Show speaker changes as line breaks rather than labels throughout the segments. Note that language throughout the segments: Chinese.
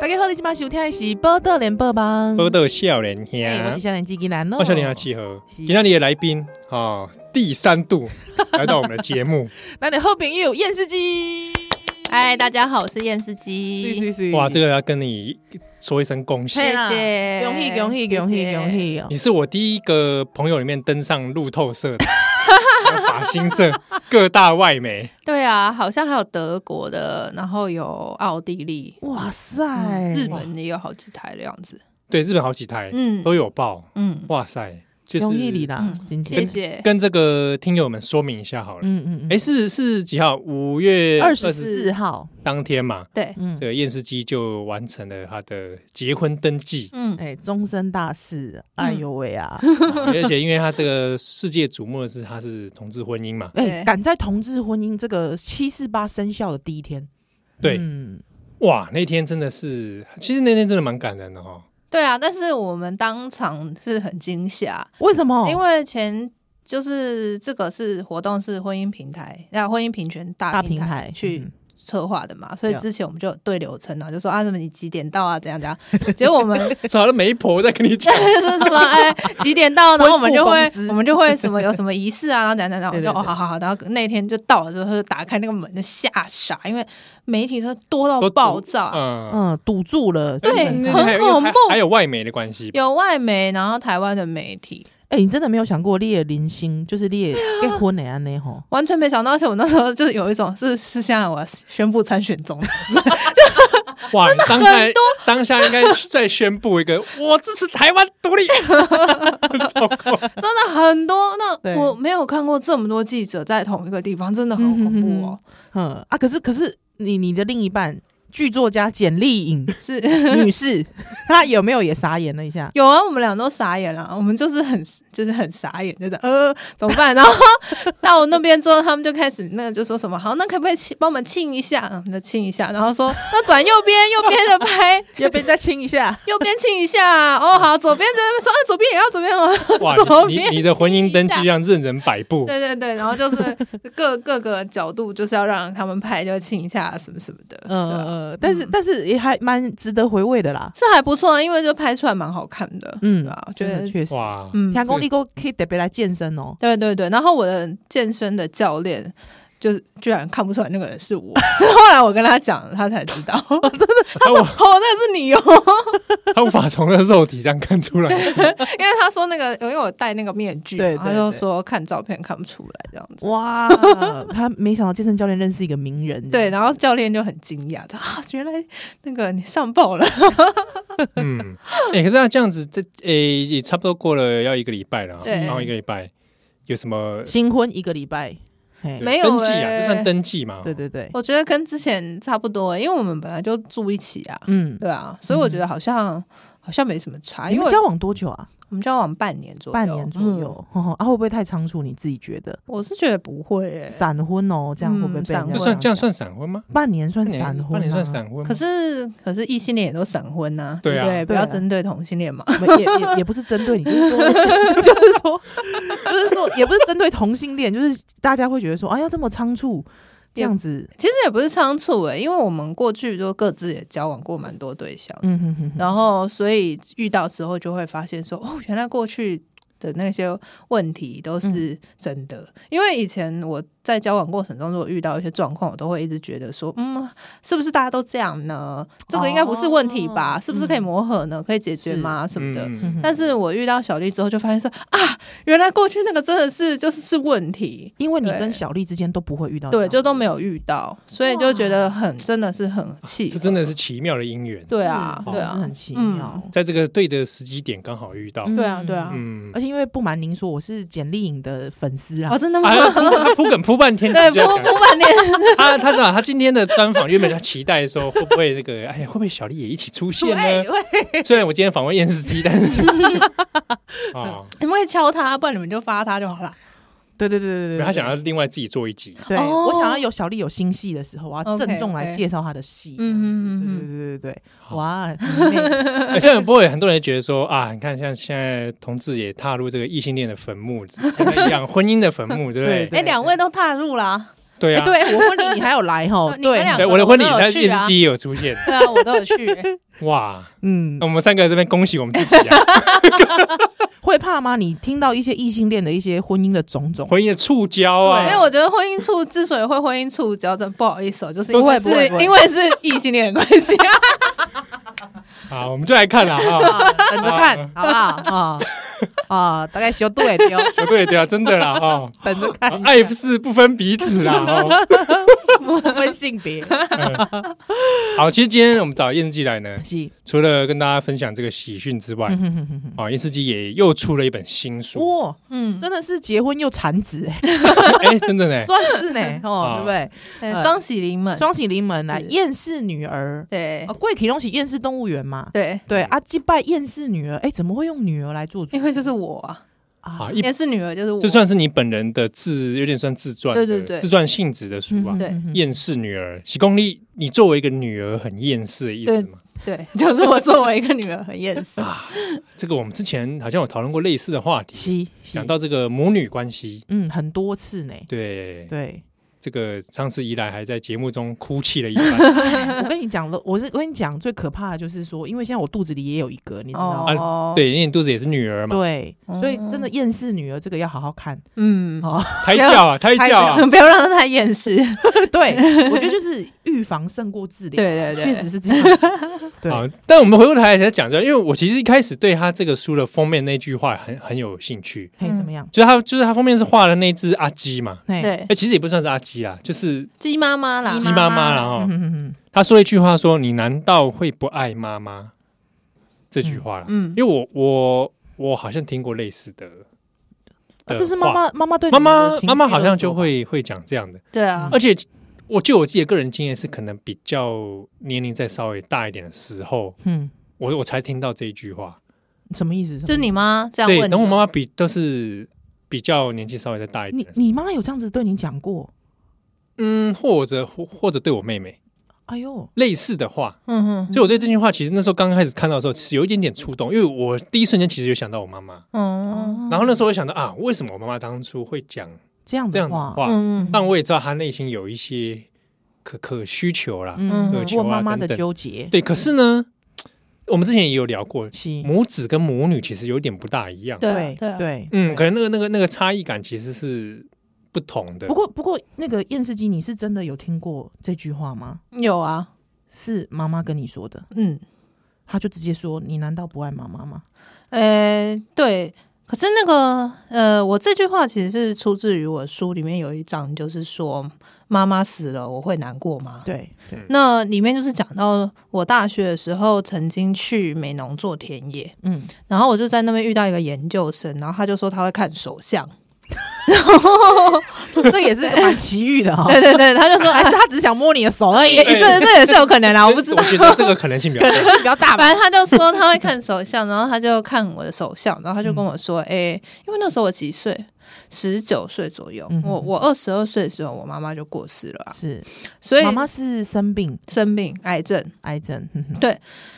大家好，你今晚收听的是《报道联播网》，
报道笑脸
嗯哎我是
兄，啊
少年机器人哦，
我笑脸兄契合，
是
今天你的来宾哦，第三 度来到我们的节目，
那你好朋友验尸机，
嗨，大家好，我是验尸
是
机，
是是，
哇，这
个
个要跟你说一声恭喜
嘿，
谢
啦
谢，
恭喜恭喜恭喜恭！喜哦！
你是我第一个朋友里面登上路透社的。 还有法新社各大外媒，
对啊，好像还有德国的，然后有奥地利、
哇塞，
嗯日本也有好几台的样子。
对日本好几台
嗯
都有报，
嗯，
哇塞，就是
恭喜你啦
嗯，
今
谢
天，
谢。
跟这个听友们说明一下好了。
嗯嗯
哎，是是几号？五月
嗯，二十
24
四号，
当天嘛，
对，，
嗯
这，个验尸机就完成了他的结婚登记
嗯，
哎，终身大事，哎呦喂啊！
而且因为他这个世界瞩目的是他是同志婚姻嘛，
哎，
对
赶在同志婚姻这个七四八生效的第一天，
对
嗯，
哇，那天真的是，其实那天真的蛮感人的哦。
对啊，但是我们当场是很惊吓，
为什么？
因为前就是这个是活动是婚姻平台，那、婚姻平权
大
大
平
平
台
台去
嗯
策划的嘛，所以
对啊
之前我们就有对流程啊，就说啊什么你几点到啊，怎样怎样。结果我们
找了媒婆在跟你讲，
就是什么哎几点 到，然后我们就
婚顾
会
公司
我们就会什么有什么仪式啊，然后怎样怎样，我
对
们
对
就哦
对
好好好，然后那天就到了之后就打开那个门就吓傻，因为媒体都多到爆炸，
嗯，
嗯堵住了，
对
基本上
很
还有因为
恐
还
怖
还有外媒的关系吧，
有外媒，然后台湾的媒体。，
哎、你真的没有想过你的零星，就是你 的结婚的安内吼
完全没想到，而且我那时候就有一种是是现在我要宣布参选 总统，
哇，你当下当下应该再宣布一个，我支持台湾独 立，超恐怖
真的很多。
对
那我没有看过这么多记者在同一个地方，真的很恐怖 哦。
嗯啊，可是可是你你的另一半剧作家简丽 颖
是
女士，她有没有也傻眼了一下？
有啊，我们俩都傻眼了，我们就是很就是很傻眼，就是呃怎么办？然后到那边之后，他们就开始那个就说什么好，那可不可以亲帮我们亲一下？嗯，就亲一下，然后说那转右边，右边的拍，
要被再亲一下
右边亲一下。哦，好，左边就在那边说，啊，左边也要左边哦。怎
哇！
么
你
变
你你的婚姻登记让任人摆布，
对对对，然后就是各各个角度就是要让他们拍，就亲一下什么什么的。
嗯
对啊
呃，呃但是但是也还蛮值得回味的啦。
是还不错，因为就拍出来蛮好看的。
嗯
对啊，我觉
真
得
的确实，
哇！
嗯。
天公
是
立够可以特别来健身哦
对对对，然后我的健身的教练就是居然看不出来那个人是我， 是后来我跟他讲，他才知道， 哦，
他无
那是你哦，
他无法从那肉体上看出来，
因为他说那个，因为我戴那个面具嘛，
对对
他就
对
说看照片看不出来这样子。
哇， 他没想到健身教练认识一个名人，
对，，然后教练就很惊讶，他啊，原来那个你上报了，
嗯，哎、可是他这样子，这哎、也差不多过了要一个礼拜了啊，
对
然后一个礼拜有什么
新婚一个礼拜，嘿
对
没有
登记啊？
欸
这算登记嘛？
对对啊对，
我觉得跟之前差不多，因为我们本来就住一起啊，
嗯，
对啊，所以我觉得好像、好像没什么差，
你
因为
们交往多久啊？
我们交往半年左右，
半年左
嗯
右，嗯、 啊，会不会太仓促？你自己觉得
我是觉得不会、欸，
闪婚哦，这样会不会
嗯
被人家
闪
这
婚
算这样
讲
算闪婚吗？
半年算
半年
闪婚、啊？
半年算闪婚吗？
可是可是异性恋也都闪婚呐、
嗯对
对
啊
不对？不
对啊
要针对同性恋嘛。
不是，也也也不是针对你，就是说， 就是说，就是说，也不是针对同性恋，就是大家会觉得说，哎呀，这么仓促，这样子，
其实也不是仓促诶、因为我们过去就各自也交往过蛮多对象，
嗯哼哼哼，
然后所以遇到之后就会发现说，哦，原来过去的那些问题都是真的。因为以前我在交往过程中，如果遇到一些状况，我都会一直觉得说，嗯，是不是大家都这样呢？这个应该不是问题吧？
哦
是不是可以磨合呢？可以解决
是
吗？什么的。
嗯
嗯哼
但是我遇到小丽之后，就发现说啊，原来过去那个真的是就是是问题，
因为你
对
跟小丽之间都不会
啊
遇到这
对，
样，
就都没有遇到，所以
哇
就觉得很真的是很气，
这真啊的是奇妙的姻缘，
嗯对啊，
是
对
真的是
啊
很，奇妙。
在这个对的时机点刚好遇到，
嗯
对啊，对啊，
嗯，
而且因为不瞒您说，我是简丽颖的粉丝啊
哦，，真的吗？
啊，铺他铺梗铺半天，
对，
就这样
不
讲啊
不满脸，
他他知道他今天的专访原本他期待说 会不会那个，哎呀，会不会小丽也一起出现
哎
呢？
喂，
虽然我今天访问验尸机，但是啊，
你们可以敲他，不然你们就发他就好了。
对对对对对
没
对，
有他想要另外自己做一集，
对、
哦
我想要有小丽有新戏的时候，我要
OK，
郑重来
OK
介绍她的戏。
嗯嗯嗯
嗯对对对
嗯
对对，
好
哇，迷妹
呃像不会有很多人觉得说啊，你看像现在同志也踏入这个异性恋的坟墓，跟他一样婚姻的坟墓，对
对
不对？
对
哎，两位都踏入啦，，
对
哎
啊，
对我婚礼你还有来哈
你们
对，
两
对
个
我的
我
婚礼
都有
在
去
电视
啊
机也有出现，
对啊，我都 有去、
哇！
嗯
那，我们三个这边恭喜我们 自己啊，
会怕吗？你听到一些异性恋的一些婚姻的种种，
婚姻的触礁
因
啊
为，我觉得婚姻处之所以会婚姻处，只要真不好意思、哦，就是因
不会
为
不会
是
不会
因为是异性恋的关系啊。
好，我们就来看了啊，
啊等着看 好不好？啊啊，大概修对 丢，
哦对对啊，真的啦啊，
等着看
哦爱是不分彼此啦哦。
不分性别，
好，其实今天我们找燕世纪来呢，
是，
除了跟大家分享这个喜讯之外
嗯，哼哼哼哼
啊，燕世纪也又出了一本新书，
哇，
嗯，
真的是结婚又产 子哎，
哎，真的 呢，
算是呢， 哦，
啊
对不对？
对双哦喜临门，
双喜临门来，
是
厌世女儿，
对
啊，贵体东西厌世动物园嘛，
对，
对啊，祭拜厌世女儿，哎，怎么会用女儿来做主
因为就是我啊，
啊
啊，？一
也是女儿，就是我，
这算是你本人的自，有点算自传的，
对对对
自传性质的书啊
嗯。
对
嗯嗯
厌世女儿，喜功力，你作为一个女儿很厌世的意思吗？
对， 就是我作为一个女儿很厌世。
这个我们之前好像有讨论过类似的话题，
是是
讲到这个母女关系。
嗯，很多次呢，
对，
对。
这个上次宜兰还在节目中哭泣了一番
我跟你讲了，我是我跟你讲，最可怕的就是说，因为现在我肚子里也有一个，你知道吗？
哦，
对，因为你肚子也是女儿嘛，
对，所以真的厌世女儿这个要好好 看
嗯，
哦。
胎教啊，胎教 啊，
不要让她厌世。
对，我觉得就是预防胜过治疗，
对对对
确实是这 样子。对，
好，但我们回过头来再讲一下，因为我其实一开始对他这个书的封面那句话很很有兴趣，
可
嗯
以怎么样？
就是他就是他封面是画的那只阿鸡嘛，
嘿，
对
哎、，其实也不算是阿鸡啊，就是
鸡妈妈啦，
鸡妈妈啦。
嗯
哈。
嗯嗯
他说一句话说：“你难道会不爱妈妈？”这句话啦，
嗯
因，为我我我好像听过类似的，
啊
的
这是妈
话
妈妈妈对
妈
女儿的
妈
情绪
妈妈好
勒
像
索
就
吧嗯
会会讲这样的，
对啊
而，且我就我自己的个人经验是，可能比较年龄再稍微大一点的时候，
嗯，
我我才听到这一句话。
什么意思？什么
就是你妈这样
对，
问，
等我妈，妈比都是比较年纪稍微再大一
你
点的时
哦
候，
你妈有这样子对你讲过？
嗯，或者或或者对我妹妹
哎呦，
类似的话，
嗯哼，
所以我对这句话其实那时候刚开始看到的时候，其实有一点点触动，因为我第一瞬间其实就想到我妈妈，
哦，
然后那时候我就想到啊，为什么我妈妈当初会讲
嗯这样
这
的
样的
话，
话？
嗯
但我也知道她内心有一些可可需求啦，
嗯，
渴
求
过
啊
妈妈
等
的
等
纠结，
对。可是呢，我们之前也有聊过，
是，
母子跟母女其实有点不大一样，
对啊
对
对，
对，
嗯，可能那个那个那个差异感其实是不同的
不。过不过那个验视机，你是真的有听过这句话吗？
有啊，
是妈妈跟你说的，
嗯，
她就直接说：“你难道不爱妈妈吗
呃，对。可是那个，呃，我这句话其实是出自于我书里面有一章，就是说妈妈死了我会难过吗？”？
对，
那里面就是讲到我大学的时候曾经去美农做田野，
嗯，
然后我就在那边遇到一个研究生，然后他就说他会看手相，
这也是一个蛮奇遇的哈。
对对对，他就
说
说
哎，
哎，
她只想摸你的 手而已
也，这这也是有可能啊啦，我不知道。
我觉得这个可能性比较
可能性比较大吧。
反正他就说他会看手相，然后他就看我的手相，然后他就跟我说：“哎、因为那时候我几岁，十九岁左右，
嗯哼
我我二十二岁的时候，我妈妈就过世了、啊，
是，
所以
妈妈是生病
生病癌症，
癌症，哼哼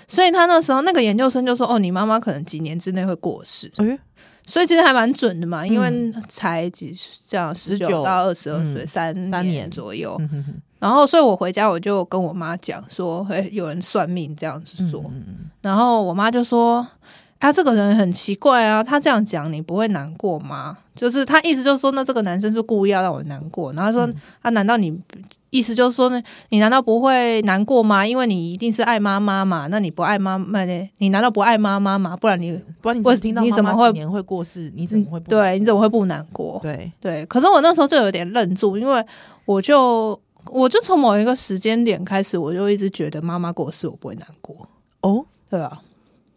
所以他那时候那个研究生就说：‘哦，你妈妈可能几年之内会过世。’
哎，
所以其实还蛮准的嘛，因为
嗯
才几这样十
19
九到二十二岁，
嗯
三
三年
年左右。
嗯哼哼
然后，所以我回家我就跟我妈讲说，哎、有人算命这样子说，
嗯嗯
然后我妈就说。啊，这个人很奇怪啊！他这样讲，你不会难过吗？就是他意思就是说，那这个男生是故意要让我难过。然后她说、
嗯
啊，难道你意思就是说呢？你难道不会难过吗？因为你一定是爱妈妈嘛。那你不爱妈妈呢？你难道不爱妈妈吗？不然你
嗯不然你
我
只听到
你
妈
怎
妈
么会
几年会过世，你怎么会不
对你怎么会不难过？
对？
对，可是我那时候就有点愣住，因为我就我就从某一个时间点开始，我就一直觉得妈妈过世我不会难过，
哦，
对啊吧？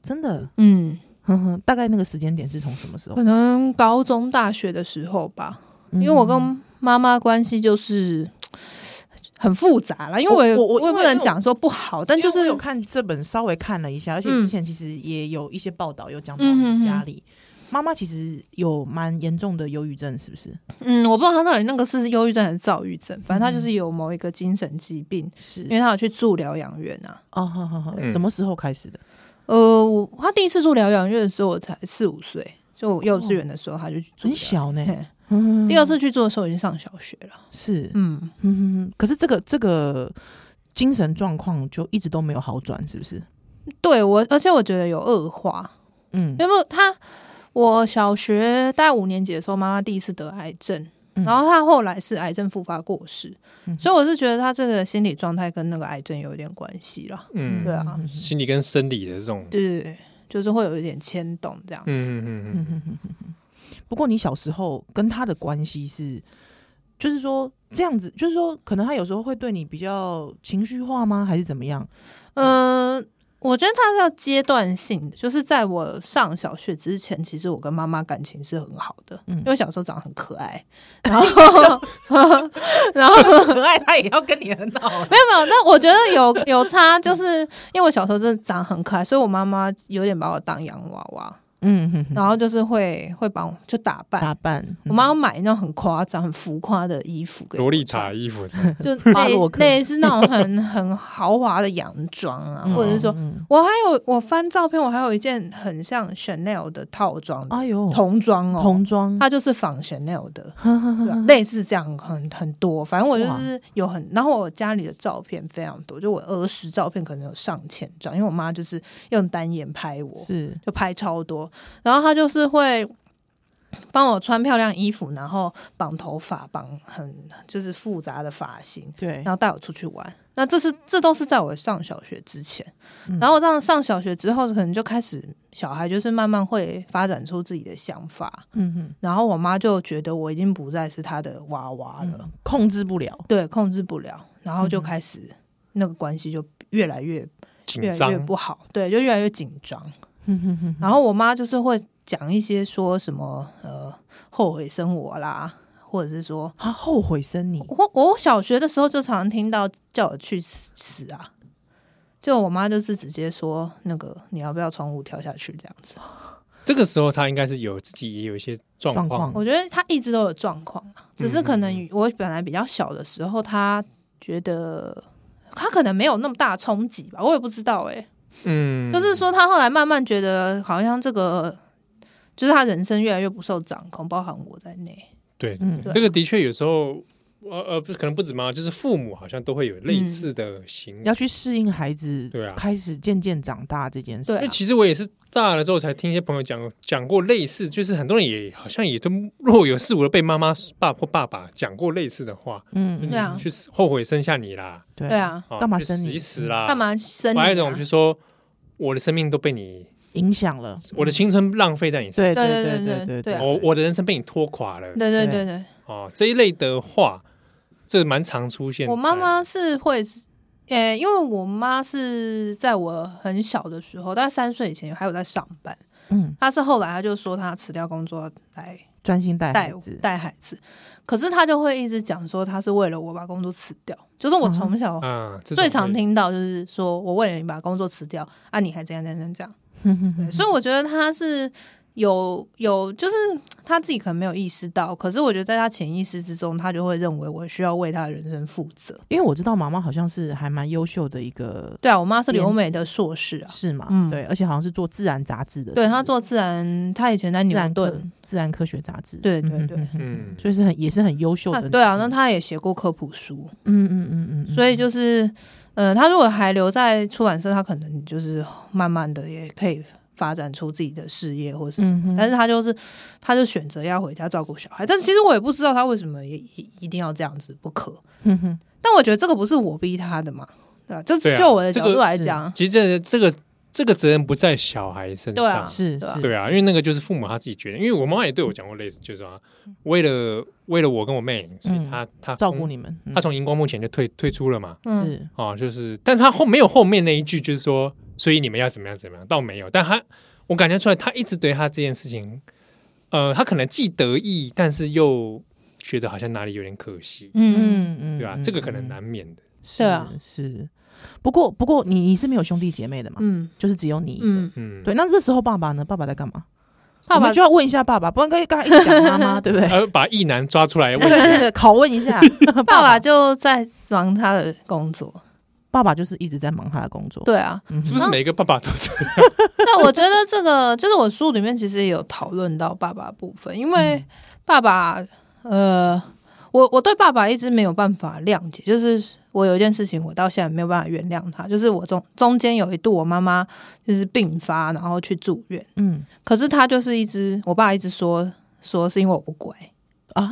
真的，
嗯，
哼哼，大概那个时间点是从什么时候
可？能高中大学的时候吧，因
嗯
为我跟妈妈关系就是。很复杂啦，因为我也
我我
也不
因为
能讲说不好，但
因
就
为
是
我有看这本，稍微看了一下，而且
嗯
之前其实也有一些报道有讲到
嗯嗯嗯
你家里妈妈其实有蛮严重的忧郁症，是不是？
嗯，我不知道他到底那个是忧郁症还是躁郁症，反正他
嗯
就是有某一个精神疾病，
是
因为他有去住疗养院啊。
哦，好好好，
嗯
什么时候开始的？
呃，我他第一次住疗养院的时候，我才四五岁，就我幼稚园的时候他就去住疗养院、
很小呢，
嘿
嗯
第二次去做的时候已经上小学了，
是，
嗯，
嗯，可是这个这个精神状况就一直都没有好转，是不是？
对我，而且我觉得有恶化，
嗯，
因为他我小学大概五年级的时候，妈妈第一次得癌症，
嗯
然后她后来是癌症复发过世，
嗯
所以我是觉得她这个心理状态跟那个癌症有一点关系啦。
嗯，
对啊
心理跟生理的这种，
对，就是会有一点牵动这样
嗯
子。
嗯嗯
嗯
嗯，
哼哼哼哼不过你小时候跟他的关系是，就是说这样子，就是说可能他有时候会对你比较情绪化吗？还是怎么样？
嗯、我觉得它是要阶段性的，就是在我上小学之前，其实我跟妈妈感情是很好的，
嗯
因为小时候长得很可爱，然后然后
可爱他也要跟你很好，
没有没有，但我觉得有 有差，就是因为我小时候真的长得很可爱，所以我妈妈有点把我当洋娃娃，
嗯哼哼，
然后就是会会帮我就打扮。嗯
打嗯扮，
我妈要买那种很夸张、很浮夸的衣服嗯给我
萝莉
穿
塔，衣服 上，
就
巴
类
洛克
类似那种很 很豪华的洋装啊，
嗯
或者是说，
嗯
我还有我翻照片，我还有一件很像 Chanel 的套装，
哎呦，
童装哦，
童装，
它就是仿 Chanel 的，
哼哼哼
对啊
哼
类似这样很很多，反正我就
哇
是有很，然后我家里的照片非常多，就我儿时照片可能有上千张，因为我妈就是用单眼拍我，
是，
就拍超多，然后她就是会。帮我穿漂亮衣服，然后绑头发，绑很就是复杂的发型，
对
然，后带我出去玩。那这是这都是在我上小学之前，
嗯
然后上上小学之后，可能就开始小孩就是慢慢会发展出自己的想法，
嗯哼
然后我妈就觉得我已经不再是她的娃娃了，
嗯，控制不了，
对，控制不了，然后就开始、那个关系就越来越
紧
越来
张
越，不好，对，就越来越紧张。
嗯哼哼哼
然后我妈就是会讲一些说什么呃后悔生我啦，或者是说
他后悔生你，
我我小学的时候就常常听到叫我去死死啊。就我妈就是直接说那个你要不要从五跳下去这样子，
嗯这个时候他应该是有自己也有一些状
状况
况，
我觉得她一直都有状况啊，只是可
嗯
能我本来比较小的时候，她觉得她可能没有那么大冲击吧，我也不知道哎、
嗯，
就是说她后来慢慢觉得好像这个就是她人生越来越不受掌控，包含我在内，
对，
嗯
对
这个的确有时候，呃呃，不是可能不止妈，就是父母好像都会有类似的行为。
要去适应孩子
对啊
开始渐渐长大这件事，
对啊
那其实我也是大了之后才听一些朋友讲讲过类似，就是很多人也好像也都若有似无的被妈妈、爸或爸爸讲过类似的话，
嗯，嗯
对啊
去死后悔生下你啦，
对
对，啊，
啊
干嘛
去
生
死
你
一死啦，
干？嘛生你、
还
啊？
有一种就是说，我的生命都被你，
影响了
我的青春浪费在你身
对
对
对
对对
对
对啊
上，我我的人生被你拖垮了，
对对对对，
哦，这一类的话，这蛮常出现在。
我妈妈是会，呃、因为我妈是在我很小的时候，大概三岁以前还有在上班。
嗯，
她是后来她就说她辞掉工作来
专心带
带
孩子，
带孩子，可是她就会一直讲说她是为了我把工作辞掉，就是我从小
啊，这种
最常
会
听到就是说我为了你把工作辞掉啊，你还这样这样这样这样。
哼哼嗯哼
对，所以我觉得他是有有，就是他自己可能没有意识到，可是我觉得在他潜意识之中，他就会认为我需要为他的人生负责。
因为我知道妈妈好像是还蛮优秀的一个，
对啊，我妈是
研
留
究
美的硕士啊，
是嘛？
嗯
对，而且好像是做自然杂志的，
对
是不是
她做自然，她以前在
自
牛
然科
顿，
自然科学杂志，
对对对，
嗯
所以是很也是很优秀
啊
的女生，
对啊，那她也写过科普书，
嗯嗯嗯嗯嗯，
所以就是，呃，她如果还留在出版社，她可能就是慢慢的也可以发展出自己的事业或是什么。
嗯哼，
但是她就是，她就选择要回家照顾小孩。但其实我也不知道她为什么也一一定要这样子不可。
哼哼
但我觉得这个不是我逼她的嘛，对吧、就
对啊
就我的
这
角
个
度来
是
讲，
其实这这个这个责任不在小孩身上，
对啊
是
对啊
是
对啊因为那个就是父母他自己决定。因为我妈妈也对我讲过类似，就是啊，
嗯
为了为了我跟我妹，所以她她
照顾，你们，嗯
她从荧光幕前就退退出了嘛，
嗯，
是
啊，就是，但她后没有后面那一句，就是说，所以你们要怎么样怎么样，倒没有，但她我感觉出来，她一直对她这件事情，呃，她可能既得意，但是又觉得好像哪里有点可惜，
嗯嗯，
嗯嗯，
对吧、
嗯
这个可能，
嗯
难免的，
是
啊
是，不过不过你你是没有兄弟姐妹的嘛，
嗯
就是只有你一个，
嗯，
嗯，
对，那这时候爸爸呢？爸爸在干嘛？
爸
我
爸
们就要问一下爸爸，不然刚刚一直讲妈妈， 对不对？
呃，把意男抓出来问
对
一下
对对，拷问一下
爸
爸
爸就在忙他的工作，
爸爸就是一直在忙他的工作，
对啊，
嗯哼，
是不是每个爸爸都这样？
那我觉得这个就是我书里面其实也有讨论到爸爸的部分，因为爸爸，呃，我我对爸爸一直没有办法谅解，就是我有一件事情我到现在没有办法原谅他，就是我中中间有一度我妈妈就是病发，然后去住院，
嗯
可是他就是一直我爸一直说说是因为我不乖，
啊，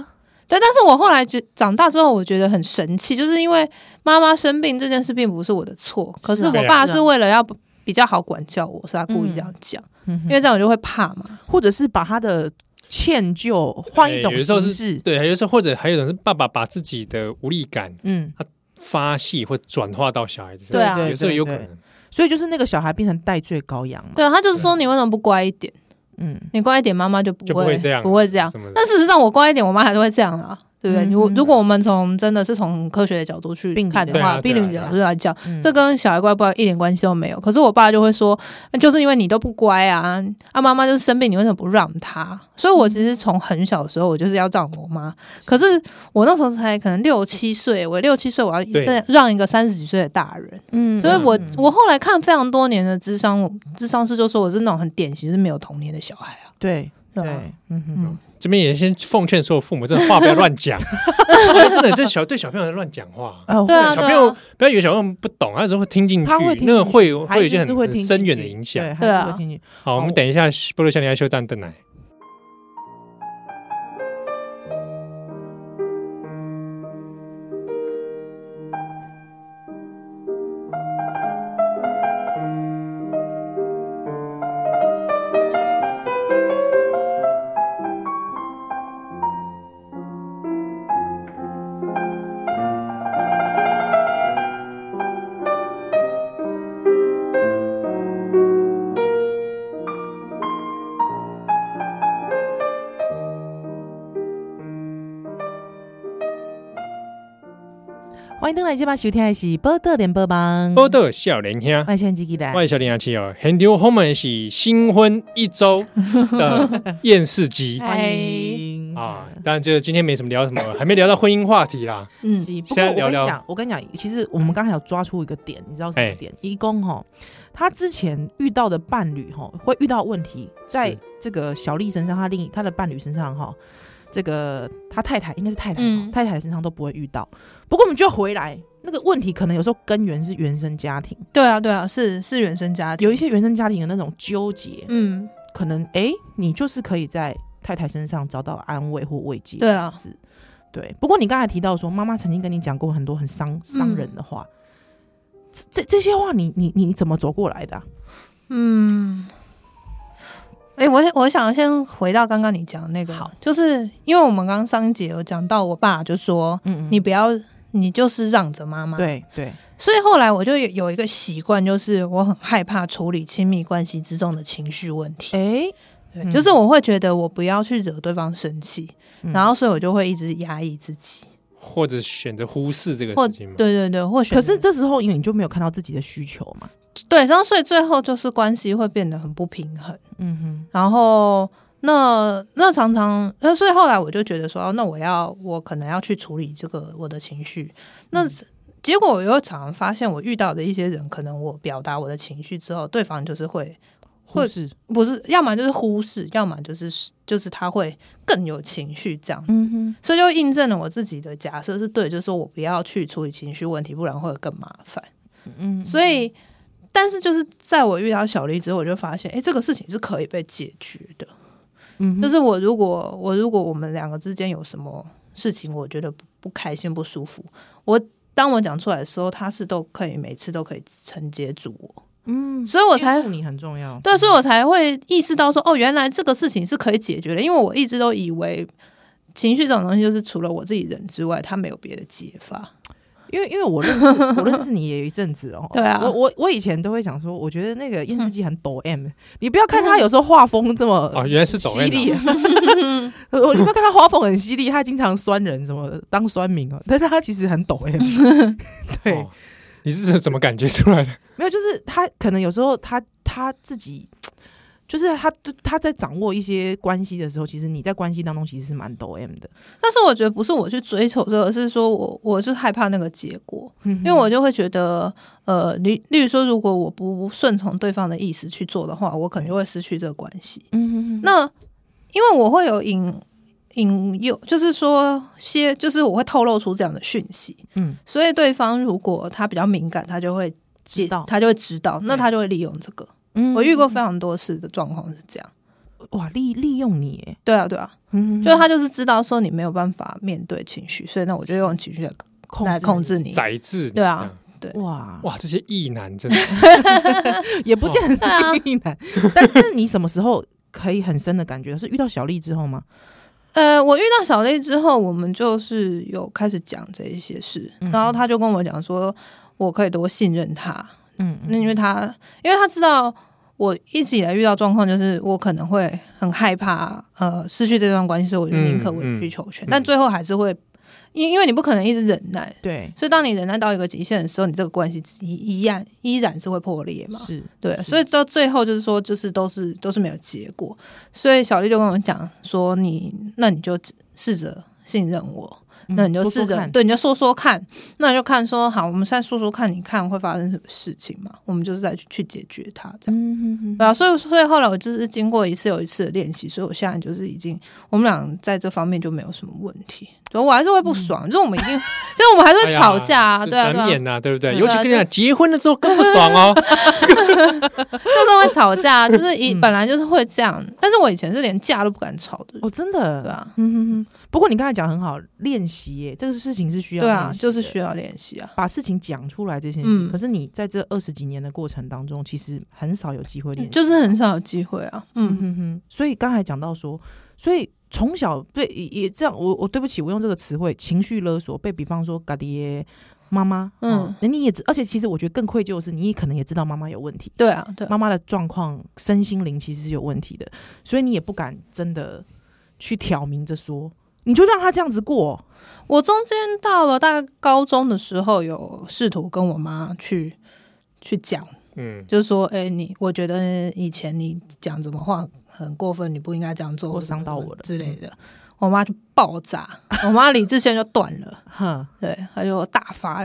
对，但是我后来觉长大之后，我觉得很神奇，就是因为妈妈生病这件事并不是我的错，可是
是啊
我爸是为了要比较好管教我，所以他故意这样讲，
嗯哼
因为这样我就会怕嘛。
或者是把他的歉疚换一种
哎有时候
形
是
式，
对，还有时候或者还有一种是爸爸把自己的无力感
嗯，
发泄或转化到小孩子身
对
上，
啊
有时候有可
对
能。
所以就是那个小孩变成戴罪羔羊嘛，
对啊，他就是说你为什么不乖一点？
嗯，
你乖一点，妈妈就不会
就不会这样
不会这样
什么的。
但事实上，我乖一点，我妈还是会这样啊。对不对？
嗯
如、如果我们从真的是从科学的角度去
病理
看
的
的话，
对啊
病
对啊
理
对
的
啊
角度来讲，
嗯
这跟小孩乖不乖一点关系都没有。可是我爸就会说，呃就是因为你都不乖啊，啊妈妈就是生病，你为什么不让她？所以我其实从很小的时候，我就是要让我妈。可是我那时候才可能六七岁，我六七岁我要
对
再让一个三十几岁的大人，
嗯
所以我、
嗯
我后来看非常多年的智商，智商师就说我是那种很典型是没有童年的小孩啊。
对
对吧
对，嗯哼，
嗯，
这边也先奉劝所有父母，真的话不要 乱讲，因为真的对小对小朋友乱讲话。
呃，
对啊，
小
对啊
朋友不要以为小朋友不懂，他有时候会听进去，
他会听进去
那个会会
孩
有
子
一些
是
很
会
很
听
深
进
远
去
的影响。
对，还
对
是
啊
会听进去
好，我们等一下波多小林来修蛋蛋奶。
欢迎登来这把收听的是《波特联播帮》，
波多笑莲兄，
万千吉吉的
哎
我，是小林阿七哦，很丢后面是新婚一 周的验视机
哎
欢迎
啊，当然就今天没什么聊什 么，还没聊到婚姻话题啦。
嗯，
是不过我
现在
跟
聊
你
聊
讲，我跟你讲，其实我们刚才有抓出一个点，你知道什
哎
么点？一公哈，他之前遇到的伴侣哈，会遇到问题，在
是
这个小丽身上，他另一他的伴侣身上哈，这个他太太应该是太太哈、
嗯
太太身上都不会遇到。不过我们就回来，那个问题可能有时候根源是原生家庭，
对啊，对啊，是是原生家庭，
有一些原生家庭的那种纠结，
嗯，
可能哎、诶你就是可以在太太身上找到安慰或慰藉。
对啊
这样子，对。不过你刚才提到说，妈妈曾经跟你讲过很多很伤伤人
嗯
的话，这这这些话你，你你怎么走过来的啊、
嗯，哎、我我想先回到刚刚你讲的那个，
好，
就是因为我们刚刚上一节有讲到，我爸就说
嗯嗯，
你不要，你就是让着妈妈。，
对对，
所以后来我就有有一个习惯，就是我很害怕处理亲密关系之中的情绪问题。
哎、
对，
嗯
就是我会觉得我不要去惹对方生气，
嗯
然后所以我就会一直压抑自己，
或者选择忽视这个
或
事情嘛。
对对对，或许
可是这时候因为你就没有看到自己的需求嘛，
对，然后所以最后就是关系会变得很不平衡。
嗯哼，
然后那那常常，那所以后来我就觉得说，哦那我要我可能要去处理这个我的情绪。那、
嗯
结果我又常常发现，我遇到的一些人，可能我表达我的情绪之后，对方就是会
或
或
是
不是，要么就是忽视，要么就是就是他会更有情绪这样。
嗯哼，
所以就印证了我自己的假设是对，就是说我不要去处理情绪问题，不然会更麻烦。
嗯，
所以，但是就是在我遇到小丽之后，我就发现，哎、这个事情是可以被解决的。
嗯哼，
就是我如果我如果我们两个之间有什么事情，我觉得不不开心不舒服，我当我讲出来的时候，他是都可以每次都可以承接住我，
嗯，
所以我才
接触你很重要，
对，所以我才会意识到说，哦，原来这个事情是可以解决的，因为我一直都以为情绪这种东西就是除了我自己人之外，他没有别的解法。
因为因为我 认识我认识你也有一阵子哦，
对啊嗯
我我我以前都会想说，我觉得那个验视机很抖 M，、你不要看他有时候画风这么
哦，原来是抖
犀
M
利， 我你不要看他画风很犀利，他经常酸人什么的当酸民哦， 但是他其实很抖欸 M，对，
哦你是怎么感觉出来的？
没有就是他可能有时候他他自己就是他他在掌握一些关系的时候，其实你在关系当中其实是蛮抖 M 的，
但是我觉得不是我去追求这个，而是说我我是害怕那个结果，
因
因为我就会觉得，呃，例例如说，如果我不顺从对方的意思去做的话，我可能就会失去这个关系。
嗯
那因为我会有引引诱，就是说些，就是我会透露出这样的讯息，
嗯
所以对方如果他比较敏感，他就会
知道
他就会知道，那他就会利用这个。
嗯
我遇过非常多次的状况是这样。
哇利利用你欸耶，
对啊，对啊，
嗯
就是他就是知道说你没有办法面对情绪，所以那我就用情绪来来控制你。
宰制你
对啊
你哇
哇，这些异男 真的
也不见得是
对啊
定义难， 但是那你什么时候可以很深的感觉是遇到小丽之后吗？
呃，我遇到小丽之后，我们就是有开始讲这一些事，
嗯
然后他就跟我讲说，我可以多信任他，
嗯
那因为他，因为他知道我一直以来遇到状况，就是我可能会很害怕，呃，失去这段关系，所以我就宁可委曲求全，
嗯嗯
但最后还是会，因因为你不可能一直忍耐，
对
所以当你忍耐到一个极限的时候，你这个关系依依然依然是会破裂嘛。
是
对，
是
所以到最后就是说，就是都是都是没有结果。所以小丽就跟我讲说你，那你就试着信任我，
嗯
那你就
说说
试着
看
对，你就说说看，那你就看说好，我们现在说说看，你看会发生什么事情嘛？我们就是再去去解决它这样。
嗯嗯
对啊，所以所以后来我就是经过一次又一次的练习，所以我现在就是已经，我们俩在这方面就没有什么问题。对，我还是会
嗯
不爽，就是我们一定，就是我们还是
哎
会
呀
吵架啊，
就
对啊，对
难
啊，
免呐，对不对？
嗯
尤其
对啊啊
跟你
就
讲结婚了之后更不爽哦，
就是会 吵架，啊就是以
嗯
本来就是会这样。但是我以前是连架都不敢吵的，
哦真
对
的。
啊，
嗯哼哼，不过你刚才讲得很好，练习耶，这个事情是需要
对啊，
练习
就是
的
需要练习啊。
把事情讲出来这件事。
嗯
可是你在这二十几年的过程当中，其实很少有机会练习，
嗯就是很少有机会啊，
嗯
嗯，
哼哼。所以刚才讲到说，所以从小对也也这样，我我对不起，我用这个词汇情绪勒索，被比方说嘎爹妈妈，
嗯
嗯，那你也知，而且其实我觉得更愧疚的是，你也可能也知道妈妈有问题，
对啊，对啊
妈妈的状况身心灵其实是有问题的，所以你也不敢真的去挑明着说。你就让他这样子过，
我中间到了大概高中的时候，有试图跟我妈去去讲，
嗯，
就是说，哎、你我觉得以前你讲什么话很过分，你不应该这样做，
我
或者
伤到
什么
我了
之类的。我妈就爆炸，我妈理智线就断了。
哼，
对，他就大发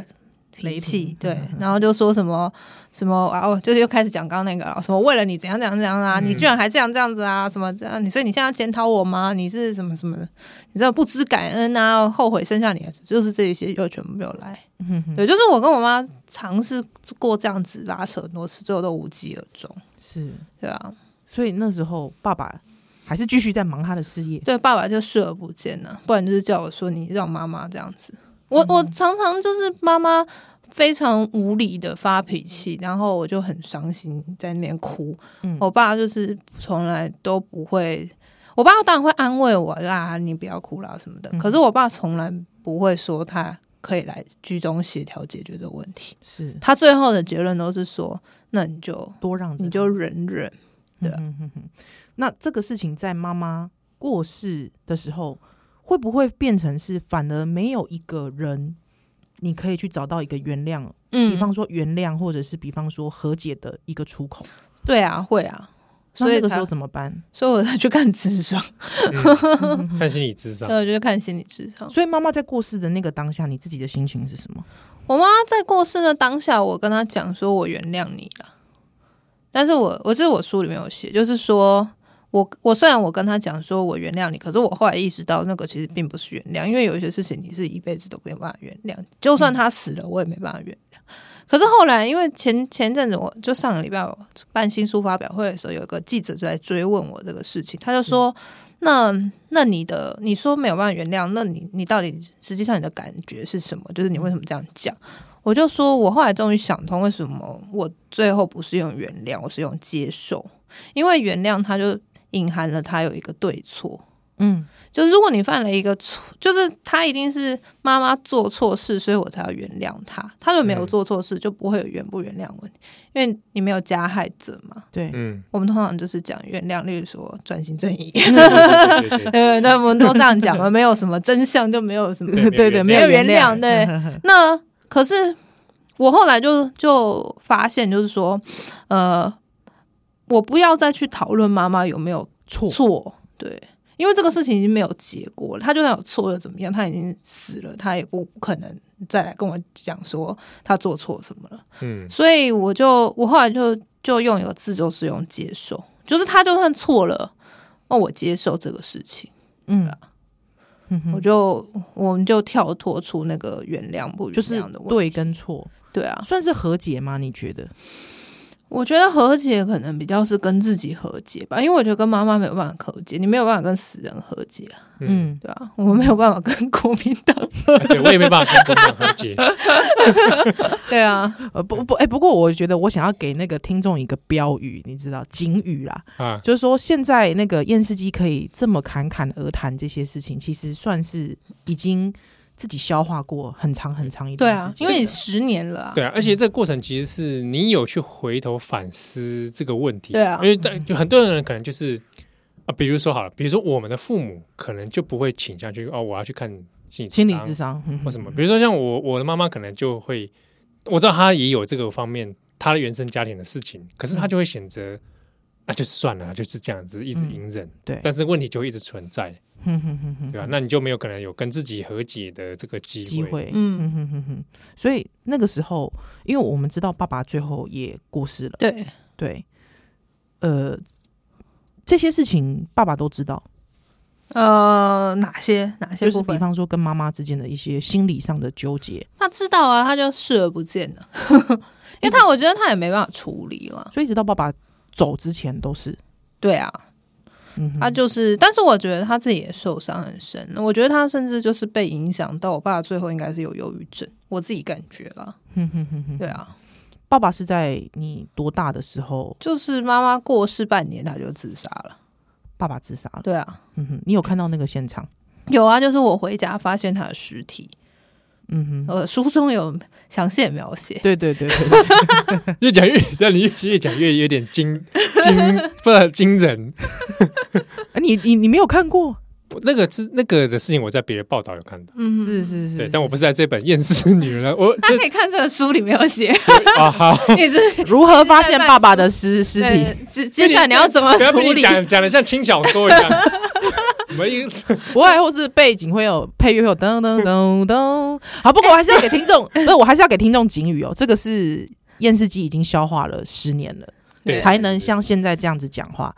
脾
雷
气
霆，
对
嗯，
然后就说什么什么啊，哦，就是又开始讲刚刚那个了，什么为了你怎样怎样怎样啊，
嗯
你居然还这样这样子啊，什么这样，你所以你现在要检讨我吗？你是什么什么的，你这不知感恩啊，后悔生下你，就是这些又全部没有来，
嗯哼，
对，就是我跟我妈尝试过这样子拉扯很多次，最后都无疾而终，
是，
对啊，
所以那时候爸爸还是继续在忙他的事业，
对，爸爸就视而不见了、不然就是叫我说你让妈妈这样子。我我
嗯
常常就是妈妈非常无理的发脾气，然后我就很伤心，在那边哭。
嗯
我爸就是从来都不会，我爸当然会安慰我啊，你不要哭啦什么的。
嗯
可是我爸从来不会说他可以来居中协调解决这个问题。
是
他最后的结论都是说，那你就
多让着
你
他
就忍忍。对啊
嗯哼哼哼那这个事情在妈妈过世的时候，会不会变成是反而没有一个人你可以去找到一个原谅，
嗯
比方说原谅，或者是比方说和解的一个出口？
对啊，会啊。
那
所以
那个时
才
候，怎么办？
所以我才去看智商。
看心理智商
对，，我就是看心理智商。
所以妈妈在过世的那个当下，你自己的心情是什么？
我妈在过世的当下，我跟她讲说，我原谅你了。但是我，我这是我书里面有写，就是说我我虽然我跟她讲说我原谅你，可是我后来意识到那个其实并不是原谅，因为有一些事情你是一辈子都没有办法原谅，就算她死了，我也没办法原谅。可是后来，因为前前阵子我就上个礼拜我办新书发表会的时候，有一个记者就来追问我这个事情，他就说：“那那你的你说没有办法原谅，那你你到底实际上你的感觉是什么？就是你为什么这样讲？”我就说，我后来终于想通，为什么我最后不是用原谅，我是用接受，因为原谅它就隐含了它有一个对错，
嗯，
就是如果你犯了一个错，就是他一定是妈妈做错事，所以我才要原谅他。他就没有
嗯
做错事，就不会有原不原谅问题，因为你没有加害者嘛。
对，
嗯，
我们通常就是讲原谅，例如说专心正义，
对对对对对
对对对，我们都这样讲嘛，没有什么真相就没有什么
对
对对，没
没有
有
原
原
谅
谅，
对那可是我后来就就发现，就是说，呃，我不要再去讨论妈妈有没有
错
错，对，因为这个事情已经没有结果了。他就算有错又怎么样？他已经死了，他也不可能再来跟我讲说他做错什么了。
嗯，
所以我就我后来就就用一个字，就是用接受，就是他就算错了，那我接受这个事情，
嗯
啊，
嗯哼
我就我们就跳脱出那个原谅不原
就是
谅的问题。
对跟错，
对啊，
算是和解吗？你觉得？
我觉得和解可能比较是跟自己和解吧，因为我觉得跟妈妈没有办法和解，你没有办法跟死人和解啊，
嗯，
嗯，
对吧、我们没有办法跟国民 党，
对我也没办法跟国民党和解。
对啊，
呃，不不，哎、不过我觉得我想要给那个听众一个标语，你知道，警语啦，
啊，
就是说现在那个验尸机可以这么侃侃而谈这些事情，其实算是已经自己消化过很长很长一
对
段时
啊
间，，
因为你十年了啊，
对啊，而
嗯
且这个过程其实是你有去回头反思这个问题，
对啊
因为但有很多人可能就是啊，比如说好了，比如说我们的父母可能就不会倾向去哦，我要去看心理
心理
商
智商嗯
或
为
什么，比如说像我我的妈妈可能就会，我知道她也有这个方面她的原生家庭的事情，可是她就会选择。那、就算了，就是这样子，一直
嗯
隐忍。
对
但是问题就会一直存在，
嗯哼哼哼
对啊吧、那你就没有可能有跟自己和解的这个机
机会，
嗯，
嗯哼哼哼，所以那个时候，因为我们知道爸爸最后也过世了，
对，
对，呃，这些事情爸爸都知道，
呃，哪些哪些
就
部
是比
分？
方说跟妈妈之间的一些心理上的纠结，
他知道啊，他就视而不见 了，因为他我觉得他也没办法处理了，
所以一直到爸爸走之前都是，
对啊，
嗯哼，
他就是，但是我觉得他自己也受伤很深。我觉得他甚至就是被影响到，我爸最后应该是有忧郁症，我自己感觉啦。
哼哼哼哼，
对啊，
爸爸是在你多大的时候，
就是妈妈过世半年，他就自杀了。
爸爸自杀了，
对啊，
嗯哼，你有看到那个现场，
有啊，就是我回家发现他的尸体，
嗯哼，
呃，书中有详细的描写。
对对对 对对
越讲越，让你越越讲越有点 惊惊，不是惊人。
哎你你你没有看过，
我那个是那个的事情，我在别的报道有看到，
嗯，
是是是，
对，但我不是在这本《厌世女人》，我
大家可以看这个书里面 有写，
这啊好，
一直
如何发现爸爸的尸尸体？
对呃接接下来你要怎么
不要
处
被
理
你？讲讲的像轻小说 一样，什么意思？
不会，或是背景会有配乐，会有噔噔噔噔。好，不过我还是要给听 众，不是，我还是要给听众警语哦。这个是验尸机已经消化了十年了，
对
才能像现在这样子讲话。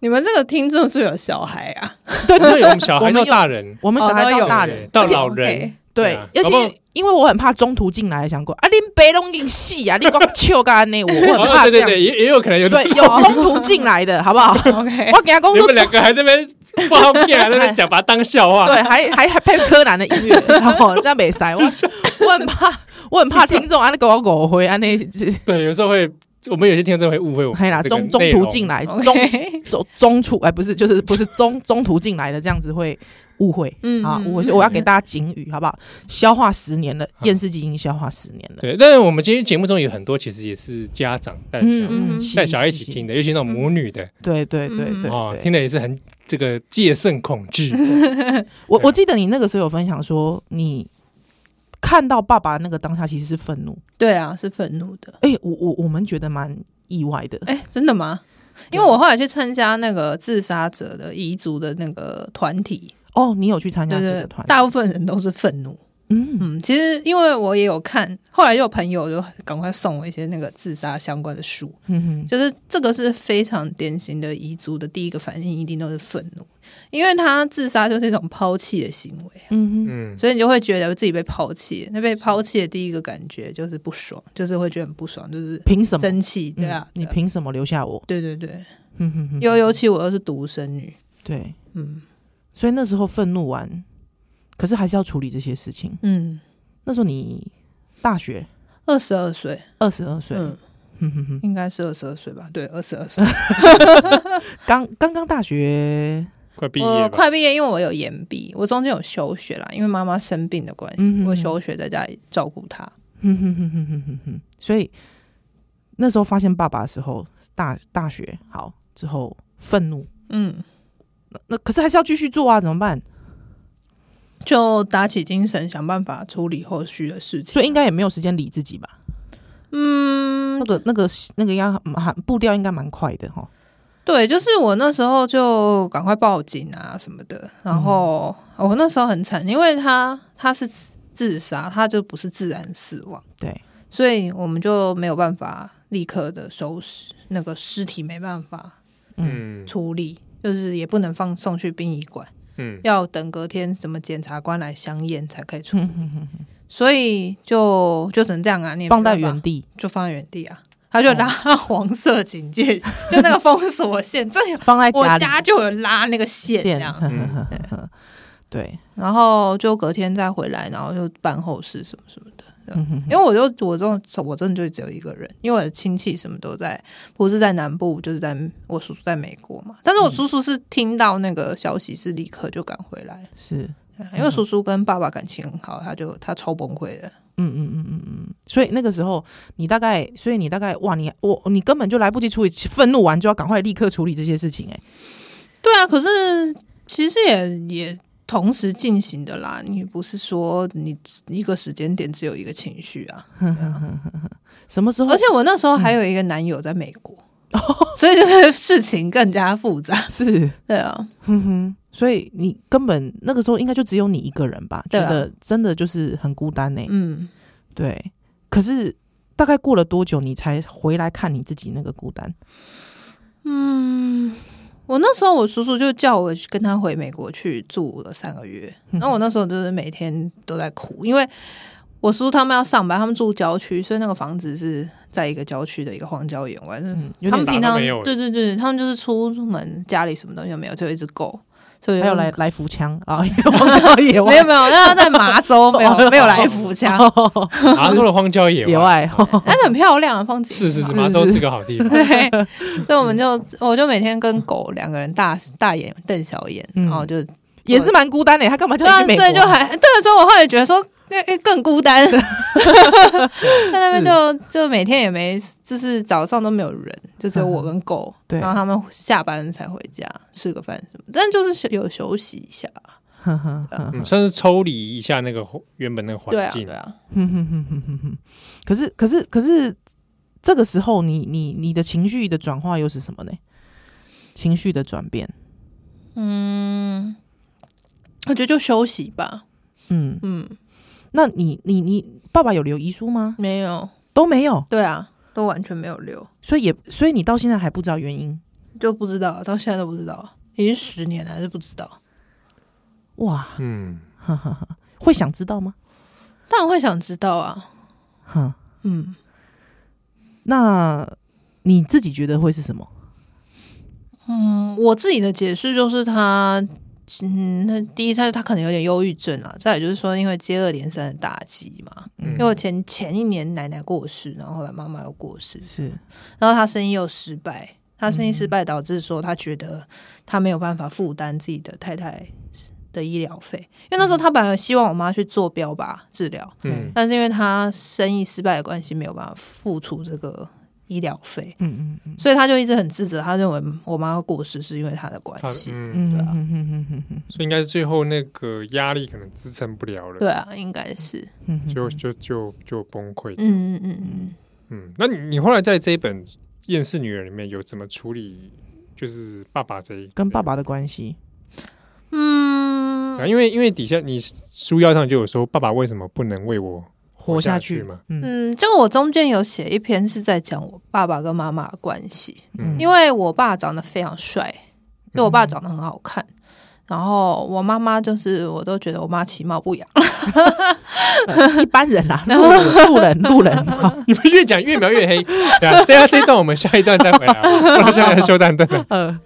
你们这个听众是有小孩啊？
对
因
对
为我们小孩
我们
到
有
大人，
我们小孩
哦都
到
有
大
对
人，
到
而且
老
OK
人，对
对
啊，
而且
搞不好
因为我很怕中途进来想过啊，林北龙影戏啊，你光秋干呢，我我很
哦
怕这
对对
样子。
对，也也有可能有这
对，有中途进来的好不好？
OK，
我给他工
你
作
们两个还在那边放片，还在 那边讲，把它当笑话。
对，还还还配柯南的音乐，然后那没塞，我我很怕，我很怕听众啊，那给我狗回啊，那
对，有时候会，我们有些听众会误会我们
可以啦，
这个内
中
容。
中途进来，中
OK，
中中途哎，不是，就是不是中中途进来的，这样子会误会
嗯
啊，
嗯
误会。
嗯
所以我要给大家警语，好不好？消化十年了，验尸机已经消化十年了。
对，但是我们今天节目中有很多其实也是家长带小孩
嗯
带小孩一起听，
是
的，尤其那种母女的
是对对对
嗯
对
哦，
对
听的也是很这个戒慎恐惧。
我
对啊
我记得你那个时候有分享说，你看到爸爸那个当下其实是愤怒，
对啊，是愤怒的。
哎，我我我们觉得蛮意外的，
哎，真的吗？因为我后来去参加那个自杀者的彝族的那个团体，
哦，你有去参加
对
这
对
个，团，
大部分人都是愤怒。
嗯
嗯，其实因为我也有看，后来又有朋友就赶快送我一些那个自杀相关的书，
嗯嗯
就是这个是非常典型的彝族的第一个反应一定都是愤怒，因为他自杀就是一种抛弃的行为，
嗯
嗯，
所以你就会觉得自己被抛弃。那被抛弃的第一个感觉就是不爽，就是会觉得很不爽，就是
哼，凭什么？
生气，对啊
嗯，你
对啊
凭什么留下我？
对对对，
嗯哼哼，
尤尤其我又是独生女，
对，
嗯
所以那时候愤怒完，可是还是要处理这些事情。
嗯，
那时候你大学
二十二岁，
二十二岁，
嗯，
哼哼哼
应该是二十二岁吧？对，二十二岁，
刚刚刚大学，
快毕业
我
吧，
呃快毕业，因为我有延毕，我中间有休学啦，因为妈妈生病的关系，
嗯嗯嗯
我休学在家里照顾她。
哼哼哼哼哼哼哼，所以那时候发现爸爸的时候，大大学好之后愤怒，
嗯，
那那可是还是要继续做啊，怎么办？
就打起精神，想办法处理后续的事情。
所以应该也没有时间理自己吧？
嗯，嗯
那个那个那个要蛮步调应该蛮快的哈。
对，就是我那时候就赶快报警啊什么的。然后、我那时候很惨，因为他他是自杀，他就不是自然死亡，
对，
所以我们就没有办法立刻的收拾那个尸体，没办法
嗯
处理，就是也不能放送去殡仪馆，
嗯，
要等隔天什么检察官来相验才可以处理。
哼哼哼
所以就就只能这样啊，你也
嗯
没
放在
办法
原哦地，
就放在原地啊。他就拉黄色警戒，就那个封锁线，这有
放在
我
里
家就有拉那个线这
线
样，
呵呵呵呵对，
然后就隔天再回来，然后就办后事什么什么的。
嗯哼哼
因为我就我这种我真的就只有一个人，因为我的亲戚什么都在，不是在南部就是在我叔叔在美国嘛。但是我叔叔是听到那个消息是立刻就赶回来，
是，
因为叔叔跟爸爸感情很好，他就他超崩溃的。
嗯嗯嗯嗯嗯。所以那个时候，你大概，所以你大概，哇，你我你根本就来不及处理，愤怒完就要赶快立刻处理这些事情、哎，
对啊，可是其实也也同时进行的啦，你不是说你一个时间点只有一个情绪啊。
什么时候
而且我那时候还有一个男友在美国， 所以就是事情更加复 杂。
是？
对啊，
哼哼。所以你根本那个时候应该就只有你一个人吧，觉
对啊
得真的就是很孤单呢、哎
嗯，
对，可是大概过了多久，你才回来看你自己那个孤单？
我那时候我叔叔就叫我跟他回美国去住了三个月，
嗯
然后我那时候就是每天都在哭，因为。我叔叔他们要上班，他们住郊区，所以那个房子是在一个郊区的一个荒郊野外，就是
嗯，有
他
点
啥
们平
都
常
没有
对对对，他们就是出门家里什么东西都没有，就有一只狗，所以
还有
来
来来福枪 啊，荒郊野外，
没有没有，那他在麻州没有没有来福家，
哦
麻州的啊荒郊野
野
外，
外，哦
但是很漂亮的风景，
是是
是
是，麻州
是
是个好地方。
对，所以我们就我就每天跟狗两个人大大眼瞪小眼，
嗯
然后就
也是蛮孤单的、欸他干嘛叫
对啊，
你去
所
美
以
国
就
啊？
还对，所以我后来觉得说。那那更孤单， 在那边就就每天也没，就是早上都没有人，就只有我跟狗，
嗯对
然后他们下班才回家吃个饭什么，但就是休有休息一下，
哼哼哼
嗯，算是抽离一下那个环原本那个环
对啊
境
对。啊，
哼哼哼哼哼哼。 可是可是可是，这个时候你你你的情绪的转化又是什么呢？情绪的转变，
嗯，我觉得就休息吧，
嗯，
嗯，
那你你你爸爸有留遗书吗？
没有，
都没有，
对啊，都完全没有留，
所以也所以你到现在还不知道原因。
就不知道，到现在都不知道，啊已经十年了还是不知道。
哇，
嗯，
呵呵呵会想知道吗？
但我会想知道啊，
哼，
嗯，
那你自己觉得会是什么？
嗯我自己的解释就是他，嗯，那第一他他可能有点忧郁症啊，再来就是说因为接二连三的打击嘛，
嗯
因为我前前一年奶奶过世，然后后来妈妈又过世，
是，
然后他生意又失败，他
嗯
生意失败导致说他觉得他没有办法负担自己的太太的医疗费，因为那时候他本来希望我妈去做标靶治疗，
嗯
但是因为他生意失败的关系，没有办法付出这个医疗费，
嗯嗯嗯
所以他就一直很自责，他认为我妈过世是因为他的关
他
系。
嗯，
嗯
对
嗯
啊
嗯嗯嗯
所以应该是最后那个压力可能支撑不了了，
对啊，应该是，
嗯嗯，
就就就就崩溃。
嗯嗯嗯嗯，
嗯，那你你后来在这一本《厌世女人》里面有怎么处理？就是爸爸这一
跟爸爸的关系，
这一
嗯
啊，因为因为底下你书腰上就有说爸爸为什么不能为我
活
下
下
去
去
嘛？
嗯
嗯，就我中间有写一篇是在讲我爸爸跟妈妈的关系，
嗯，
嗯
因为我爸长得非常帅，因为我爸长得很好看。然后我妈妈就是，我都觉得我妈其貌不扬，
一般人 啦，路人路人路人嘛，
你们越讲越描越黑。对啊，对啊，这一段我们下一段再回来啊，我们下一段休 蛋蛋。
呃，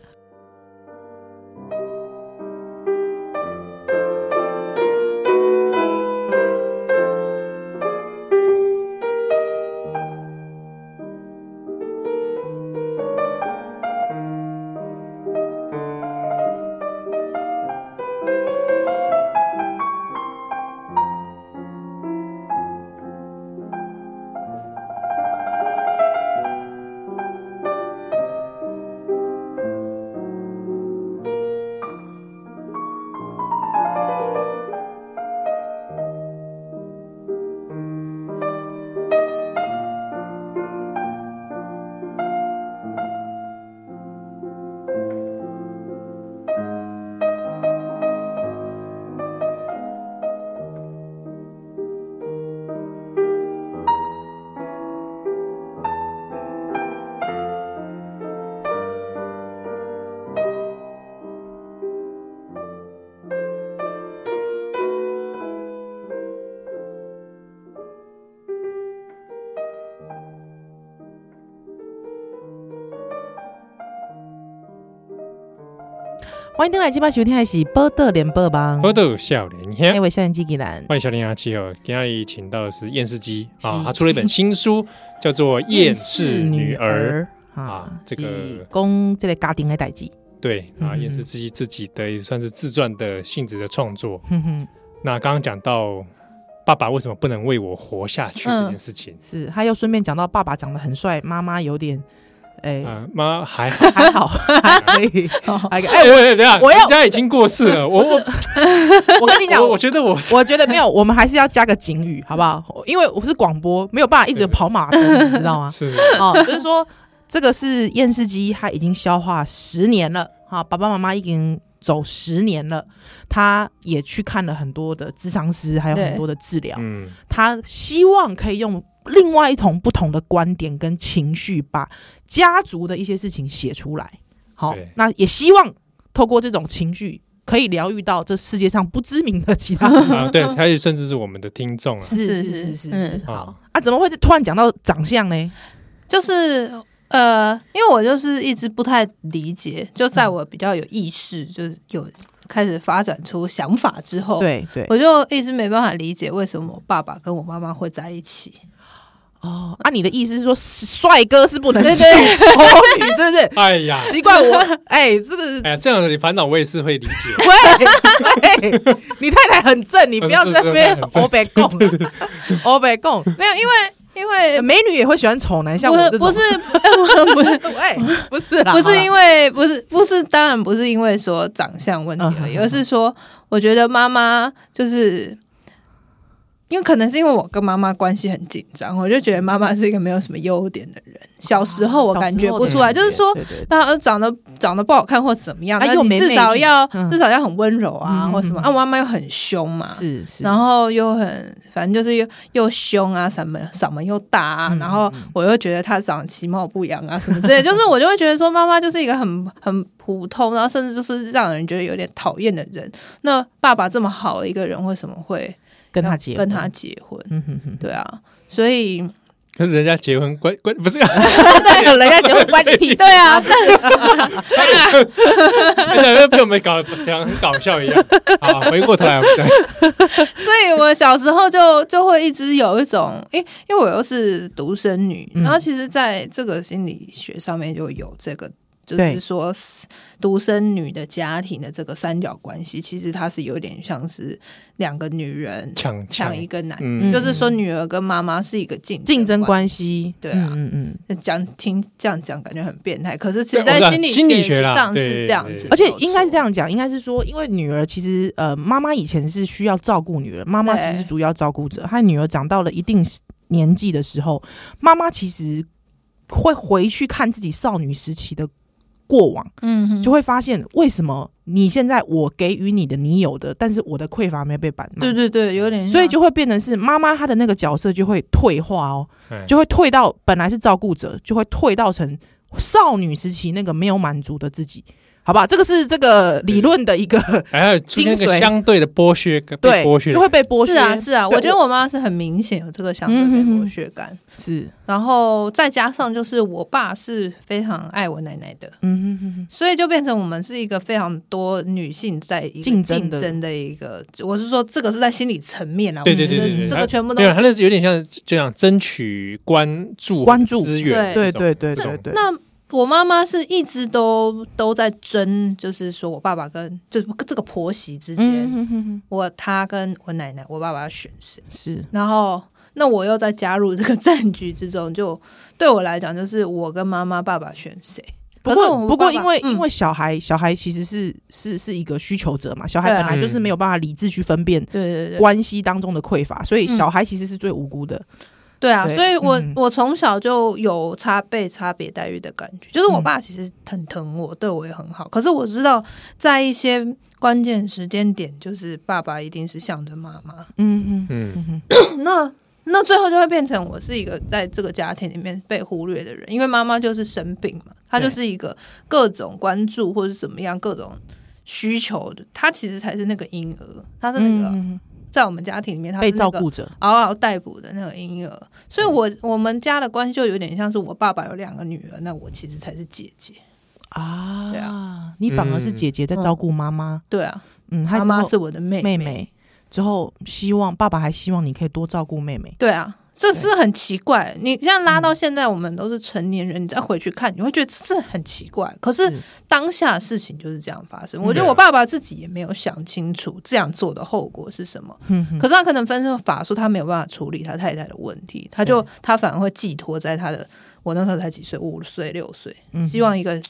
欢迎登来今晚收听的是《波特联播帮
我》，都有笑脸，你看
那。位夏人纪吉兰，
欢迎小林阿七哦，今天里请到的是验视机啊
是，
他出了一本新书，叫做《厌世女儿》。
啊
啊，这
这
个
个公这类家庭的代际，
对
嗯
啊，也是自己自己的也算是自传的性质的创作。
哼哼，
那刚刚讲到爸爸为什么不能为我活下去这件事情，
是他又顺便讲到爸爸长得很帅，妈妈有点，哎、
啊，妈还好，
还 好，还可以，还可以。哎、
哎，我等一下，
我要
人家已经过世了，我我
我跟你讲，
我
我
我觉得我
觉得没有，我们还是要加个警语，好不好？因为我是广播，没有办法一直跑马灯， 你知道吗？
是
哦，就是说这个是验尸机，它已经消化十年了，哈、爸爸妈妈已经走十年了，他也去看了很多的咨商师，还有很
对
多的治疗，
嗯
他希望可以用另外一种不同的观点跟情绪，把家族的一些事情写出来。好
对，
那也希望透过这种情绪，可以疗愈到这世界上不知名的 其他人。
啊，对，还有甚至是我们的听众啊，
是是
是
是是
嗯
是，好
啊
啊，怎么会突然讲到长相呢？
就是呃，因为我就是一直不太理解，就在我比较有意识，就是有开始发展出想法之后，，
对对，
我就一直没办法理解为什么我爸爸跟我妈妈会在一起。
哦，啊，你的意思是说，帅哥是不能
对
娶
对
丑女，是不是？
哎呀，
奇怪，我 哎，这个
哎呀，这样的烦恼我也是会理解。
喂喂，哎你太太很正，你不要在那边
哦是是是
欧北共，啊欧北共，
没有，因为因为
美女也会喜欢丑男，像
不
我
是
这种
不是 呃不是
喂，不是啦，
不是因
为
为不是不是，当然不是因为说长相问题而已，
嗯
而是说我觉得妈妈就是。因为可能是因为我跟妈妈关系很紧张，我就觉得妈妈是一个没有什么优点的人。小时
啊
候我感觉不出来，就是说，她长得长得不好看或怎么样，
啊
那
又
你
没
至少
魅力
要
嗯
至少要很温柔啊，
嗯
或什么
嗯嗯
啊。我妈妈又很凶嘛，
是是，
啊然后又很，反正就是又又凶啊，嗓门嗓门又大啊，
嗯
然后我又觉得他长得其貌不扬啊，什么之类的， 就是我就会觉得说妈妈就是一个很很普通，然后甚至就是让人觉得有点讨厌的人。那爸爸这么好的一个人，为什么会
跟他
要
结婚
跟他，结婚？
嗯哼 哼，
对啊，所以
可是人家结婚关关不是，
对，人家结婚关你屁事，
对 啊，但
人家被我们搞得讲得很搞笑一样。好，回过头来，我们再
所以我小时候就就会一直有一种，因因为我又是独生女，
嗯
然后其实在这个心理学上面就有这个。就
对
是说，独生女的家庭的这个三角关系，其实它是有点像是两个女人
抢
抢一，个男，
嗯，
就是说女儿跟妈妈是一个竞
竞争
关
关。系，
对啊
嗯嗯
讲听这样讲感觉很变态，可是其实，
对我
在
哦
知道
心理
心理学啦
上
对
是这样
对
子没有错，
嗯，而且应该是这样讲，应该是说，因为女儿其实呃，妈妈以前是需要照顾女儿，妈妈其实是主要照顾者，她女儿长到了一定年纪的时候，妈妈其实会回去看自己少女时期的过往。
嗯哼，
就会发现为什么你现在我给予你的你有的，但是我的匮乏没有被满足，
对对对，有点像，
所以就会变成是妈妈她的那个角色就会退化哦，
哎
就会退到本来是照顾者，就会退到成少女时期那个没有满足的自己，好吧？这个是这个理论的一个
哎还有出现一个相对的剥削，跟嗯被
对
剥，削
就会被剥削，
是啊是啊，
对嗯
我觉得我妈是很明显有这个相对被剥削感，
是，
然后再加上就是我爸是非常爱我奶奶的，
嗯哼哼哼，
所以就变成我们是一个非常多女性在一个
竞
竞
争的
争的一个，我是说这个是在心理层面啊，
对对
我觉得
对对对
这个全部都
对啊，他
是。
那是有点像就想争取关注、
关注
资源
对
这种，
对对
这
对
种
对，
那我妈妈是一直都都在争，就是说我爸爸跟就是这个婆媳之间，
嗯哼哼哼，
我她跟我奶奶，我爸爸要选谁。
是
然后那我又再加入这个战局之中，就对我来讲，就是我跟妈妈、爸爸选谁。
不
可是我
过，
们
不过，
爸爸
因为、
嗯
因为小孩，小孩其实是是是一个需求者嘛，小孩
对
本
啊
来就是没有办法理智去分辨
对对对嗯对，
关系当中的匮乏，所以小孩其实是最无辜的。
对啊，
对
所以我、
嗯
我从小就有差被差别待遇的感觉，就是我
嗯
爸其实很疼我，对我也很好，可是我知道在一些关键时间点，就是爸爸一定是向着妈妈，
嗯嗯
嗯，
嗯
那。那最后就会变成我是一个在这个家庭里面被忽略的人，因为妈妈就是生病嘛，她
对
就是一个各种关注或者怎么样各种需求的，她其实才是那个婴儿，她是那个、
嗯
在我们家庭里面她是
被
那
照
个
顾者，
嗷嗷待哺的那个婴儿，
嗯
所以我我们家的关系就有点像是我爸爸有两个女儿，那我其实才是姐姐，
啊，
对
你反而是姐姐在照顾妈妈，
对啊，
嗯，她
妈
之
妈
后
是我的妹
妹妹，之后希望爸爸还希望你可以多照顾妹妹，
对啊，这是很奇怪。你现在拉到现在，我
嗯
们都是成年人，你再回去看，你会觉得这很奇怪。可是
嗯
当下事情就是这样发生。我觉
对
得
啊
我爸爸自己也没有想清楚这样做的后果是什么。
哼嗯哼
可是他可能分身乏术，他没有办法处理他太太的问题，他就他反而会寄托在他的。我那时候才几岁，五岁六岁，
嗯
希望一个
嗯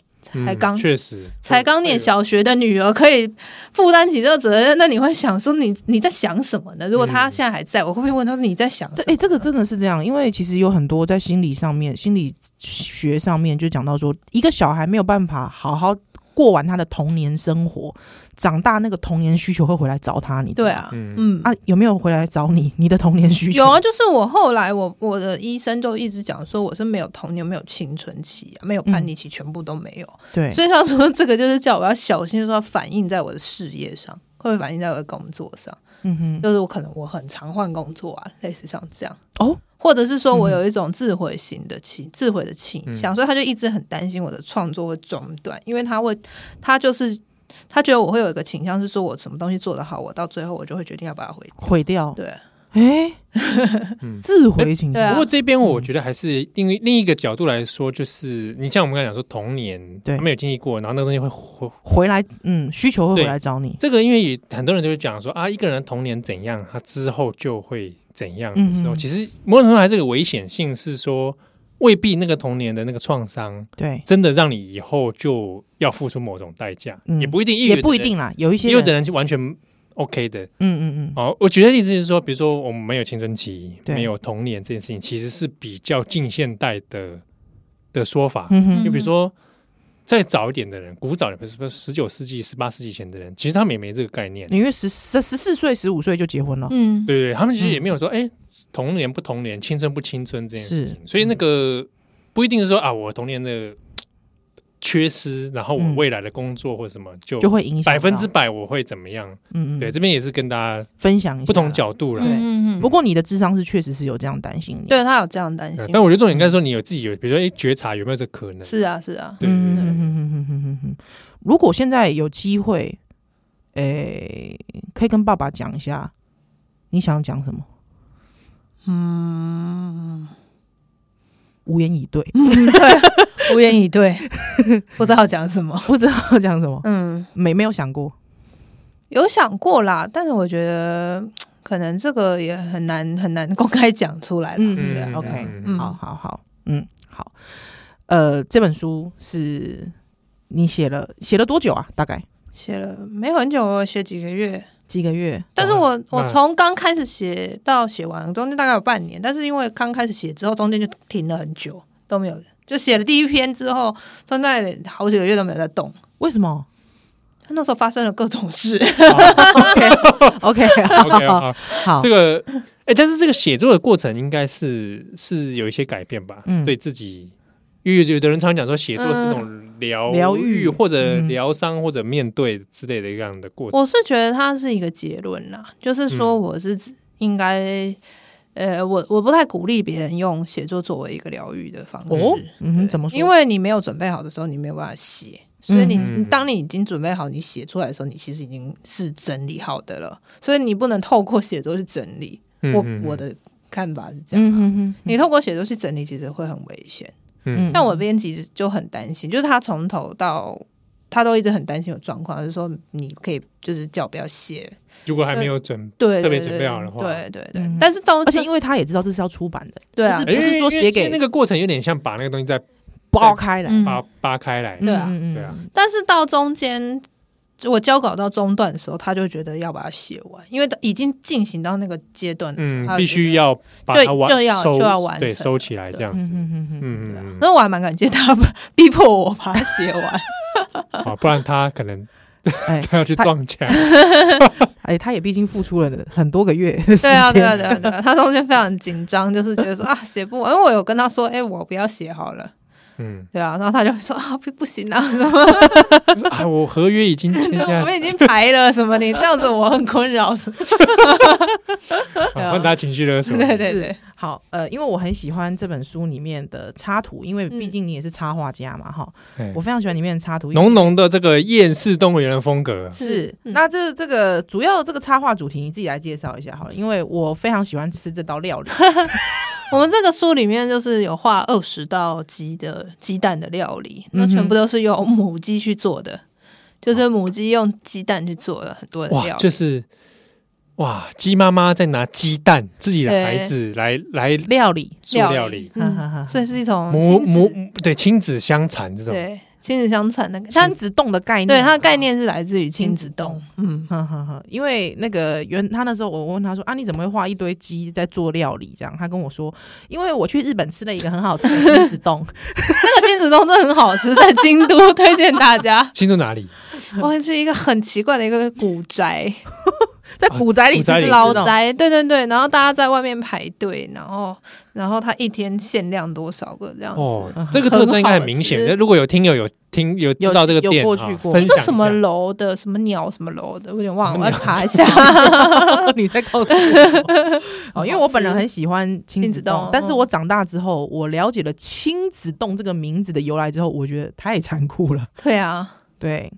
才刚
确实
才刚念小学的女儿可以负担起这个责任，那你会想说你你在想什么呢？如果他现在还在，我会不会问他说你在想什
这
么？
哎、这个真的是这样，因为其实有很多在心理上面、心理学上面就讲到说，一个小孩没有办法好好过完他的童年生活，长大那个童年需求会回来找他，你知道
对
吗
啊，
嗯
嗯
啊，有没有回来找你？你的童年需求
有啊，就是我后来我我的医生就一直讲说我是没有童年，没有青春期、啊，没有叛逆期，全部都没有。
嗯对，
所以他说这个就是叫我要小心，说反映在我的事业上，会反映在我的工作上，
嗯哼，
就是我可能我很常换工作啊，类似像这样。
哦，
或者是说我有一种自毁型的倾、自毁的倾向，
嗯
所以他就一直很担心我的创作会中断，因为他会，他就是他觉得我会有一个倾向是说我什么东西做得好，我到最后我就会决定要把它毁掉。
毁掉，
对，啊
哎、自毁倾
对
向，
啊
不过这边我觉得还是另一另一个角度来说，就是你像我们刚才讲说童年，
对
他没有经历过，然后那个东西会回
回来，嗯，需求会回
对
来找你，
这个，因为也很多人就会讲说啊，一个人童年怎样，他之后就会怎样的时候，
嗯哼
其实某种程度还是有个危险性，是说未必那个童年的那个创伤
对，
真的让你以后就要付出某种代价，
嗯
也不一定，
也不一，定啦，有一些
也有
人，
的人就完全 OK 的。
嗯嗯嗯，
哦，我举的例子是说，比如说我们没有青春期，
对
没有童年这件事情，其实是比较近现代的的说法。
嗯哼，
就比如说再早一点的人，古早的，比如说十九世纪、十八世纪以前的人，其实他们也没这个概念。
你因为十十十四岁、十五岁就结婚了，
嗯，
对对，他们其实也没有说，哎、童年不童年，青春不青春这件事情，
是嗯
所以那个不一定是说啊，我童年的缺失，然后我
嗯
未来的工作或什么就
就会影响
百分
到
之，百我会怎么样？
嗯嗯，
对，这边也是跟大家
分享一下
不同。角度啦。
对
嗯
不过你的智商是确实是有这样担心你，
对他啊有这样担
嗯
心，
但我觉得重点应该说你有自己有，比如说哎，觉察有没有这可能？
是啊是啊，
对
嗯
对
嗯嗯嗯嗯嗯嗯。如果现在有机会，诶、可以跟爸爸讲一下，你想讲什么？
嗯，
无言以对，
无言以对， 不知道讲什么。
不知道 讲什么，
嗯，
没没有想过。
有想过啦，但是我觉得可能这个也很难很难公开讲出来啦。
嗯
对啊
嗯
对啊
OK，
嗯
好好好，嗯，好。呃，这本书是你写了写了多久啊？大概
写了没有很久，我写几个月。
几个月？
但是我我
那
从刚开始写到写完，中间大概有半年，但是因为刚开始写之后，中间就停了很久，都没有，就写了第一篇之后，中间好几个月都没有在动。
为什 么
那时候发生了各种事，
？OK
OK，
好
好，
好
这，个哎、但是这个写作的过程应该是是有一些改变吧？
嗯
对自己，因为有的人常讲说写作是一种疗
疗愈
或者
嗯
疗伤或者面对之类的一样的过程。
我是觉得它是一个结论啦，就是
嗯
说我是指应该，呃，我我不太鼓励别人用写作作为一个疗愈的方式。
哦，嗯
对
哼，怎么说？
因为你没有准备好的时候，你没有办法写。所以你、
嗯
你当你已经准备好，你写出来的时候，你其实已经是整理好的了。所以你不能透过写作去整理。
嗯
我
嗯嗯
我的看法是这
嗯
样、啊。
哼哼，
你透过写作去整理，其实会很危险。
嗯
像我编辑就很担心，就是他从头到他都一直很担心有状况，就是说你可以就是叫我不要写，
如果还没有准
对，
特别
对
准备好的话
对对对。
嗯
但是到
而且因为他也知道这是要出版的，
对啊
就，
哎
不是说
因为
写
因为
给
那个过程有点像把那个东西再
剥开来，
嗯
扒扒开来。
嗯对啊
嗯
对啊，
但是到中间，我交稿到中段的时候，他就觉得要把它写完，因为已经进行到那个阶段的时候，
嗯
他，就
必须要把
就
它完
就要
收
就要完
对，
成
收起来这样子。
嗯嗯嗯
嗯，
对啊
嗯嗯
那我还蛮感谢他逼迫我把它 写完。
好，哦不然他可能
哎
他要去
他
撞墙。
哎，他也毕竟付出了很多个月的时
对
间，
啊，对啊，对啊，对啊，他中间非常紧张，就是觉得说啊写不完，因为我有跟他说，哎、我不要写好了。
嗯，
对啊，然后他就说啊不不行啊，什 么
啊， 我合约已经签下
我，们已经排了什么，你这样子我很困扰什么。
好帮哦大家情绪勒索。
对对对，
好，呃，因为我很喜欢这本书里面的插图，因为毕竟你也是插画家嘛，哈、
哎
我非常喜欢里面的插
哎
图。因为
浓浓的这个厌世动物园的风格，
是，
嗯
那这这个主要这个插画主题你自己来介绍一下好了，因为我非常喜欢吃这道料理。
我们这个书里面就是有画二十道鸡的鸡蛋的料理，那
嗯哼
全部都是用母鸡去做的，就是母鸡用鸡蛋去做了很多的
哇，
料理。
就是哇，鸡妈妈在拿鸡蛋自己的孩子来来
料理，
做
料
料
理
理，
嗯所以是一种
母
亲
母
子
对亲子相残这种，
对亲子相残的，它
亲子冻的概念，
对它的概。念是来自于亲子
亲
洞，嗯，
呵呵呵，因为那个原他那时候我问他说啊，你怎么会画一堆鸡在做料理这样？他跟我说，因为我去日本吃了一个很好吃的亲子冻，
那个亲子洞真的很好吃，在京都 推荐大家。
进入哪里？
哇，是一个很奇怪的一个古宅，
在古宅里
哦古
吃
宅里
这
老
种
宅，对对对，然后大家在外面排队，然后然后它一天限量多少个这样
哦
子。，
这个特征应该很明显。
很好
那
吃
如果有听友有听有知道这个
有
店，
过
啊
去过
分
一
享
个
一下
什 么楼的，什么鸟什么楼的，我有点忘了，我要查一下。
你在告诉我哦，因为我本人很喜欢亲
亲
子嗯
子
洞
洞，
但是我长大之后，我了解了“亲子洞”这个名字的由来之后，我觉得太残酷了。
对啊，
对，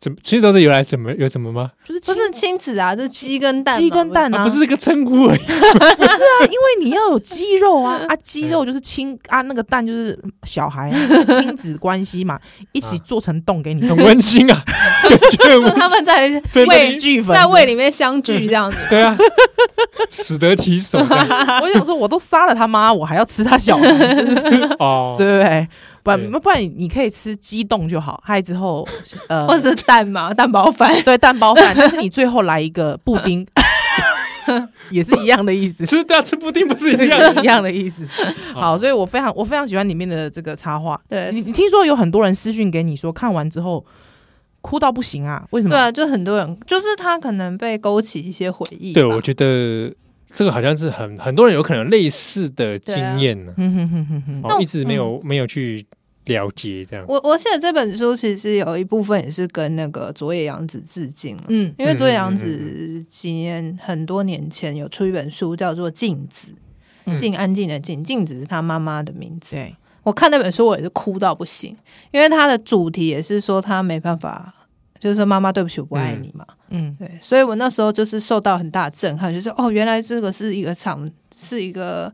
怎么？其实都是由来怎么有什么吗？
就是
不
亲
是亲子啊，就是鸡跟蛋嘛，
鸡跟蛋啊，
啊，不是这个称呼而已。
啊，因为你要有肌肉 啊啊，肌肉就是亲啊，那个蛋就是小孩啊 亲子关系嘛，一
啊
起做成洞给你
很温馨 啊，感觉很
我，
温
就他 们在
对
喂巨粉，
在胃里面相聚这样子。
对啊，死得其 手这样
我想说，我都杀了他妈，我还要吃他小孩， 真是
哦，
对不对？不然
对
不然你你可以吃鸡冻就好，还之后呃，
或者是蛋嘛，蛋包饭。
对蛋包饭，但是你最后来一个布丁， 也是一样的意思，
吃对啊，吃布丁不是一 样
一
的？
样的意思。好，所以我非常我非常喜欢里面的这个插画。
对
你你听说有很多人私讯给你说看完之后哭到不行啊？为什么？
对啊，就很多人，就是他可能被勾起一些回忆吧。
对，我觉得这个好像是很很多人有可能类似的经验呢，
哼嗯哼哼哼哼，
那
哦，
我
一直没
嗯
有没有去了解这样。
我我写的这本书其实有一部分也是跟那个佐野洋子致敬了。
嗯
因为佐野洋
嗯
子几年很多年前有出一本书叫做《镜子
嗯》，
静安静的静，镜子是他妈妈的名字。
对，
我看那本书我也是哭到不行，因为它的主题也是说他没办法，就是说妈妈对不起我不爱你嘛，
嗯
对，所以我那时候就是受到很大的震撼，就是哦，原来这个是一个场，是一个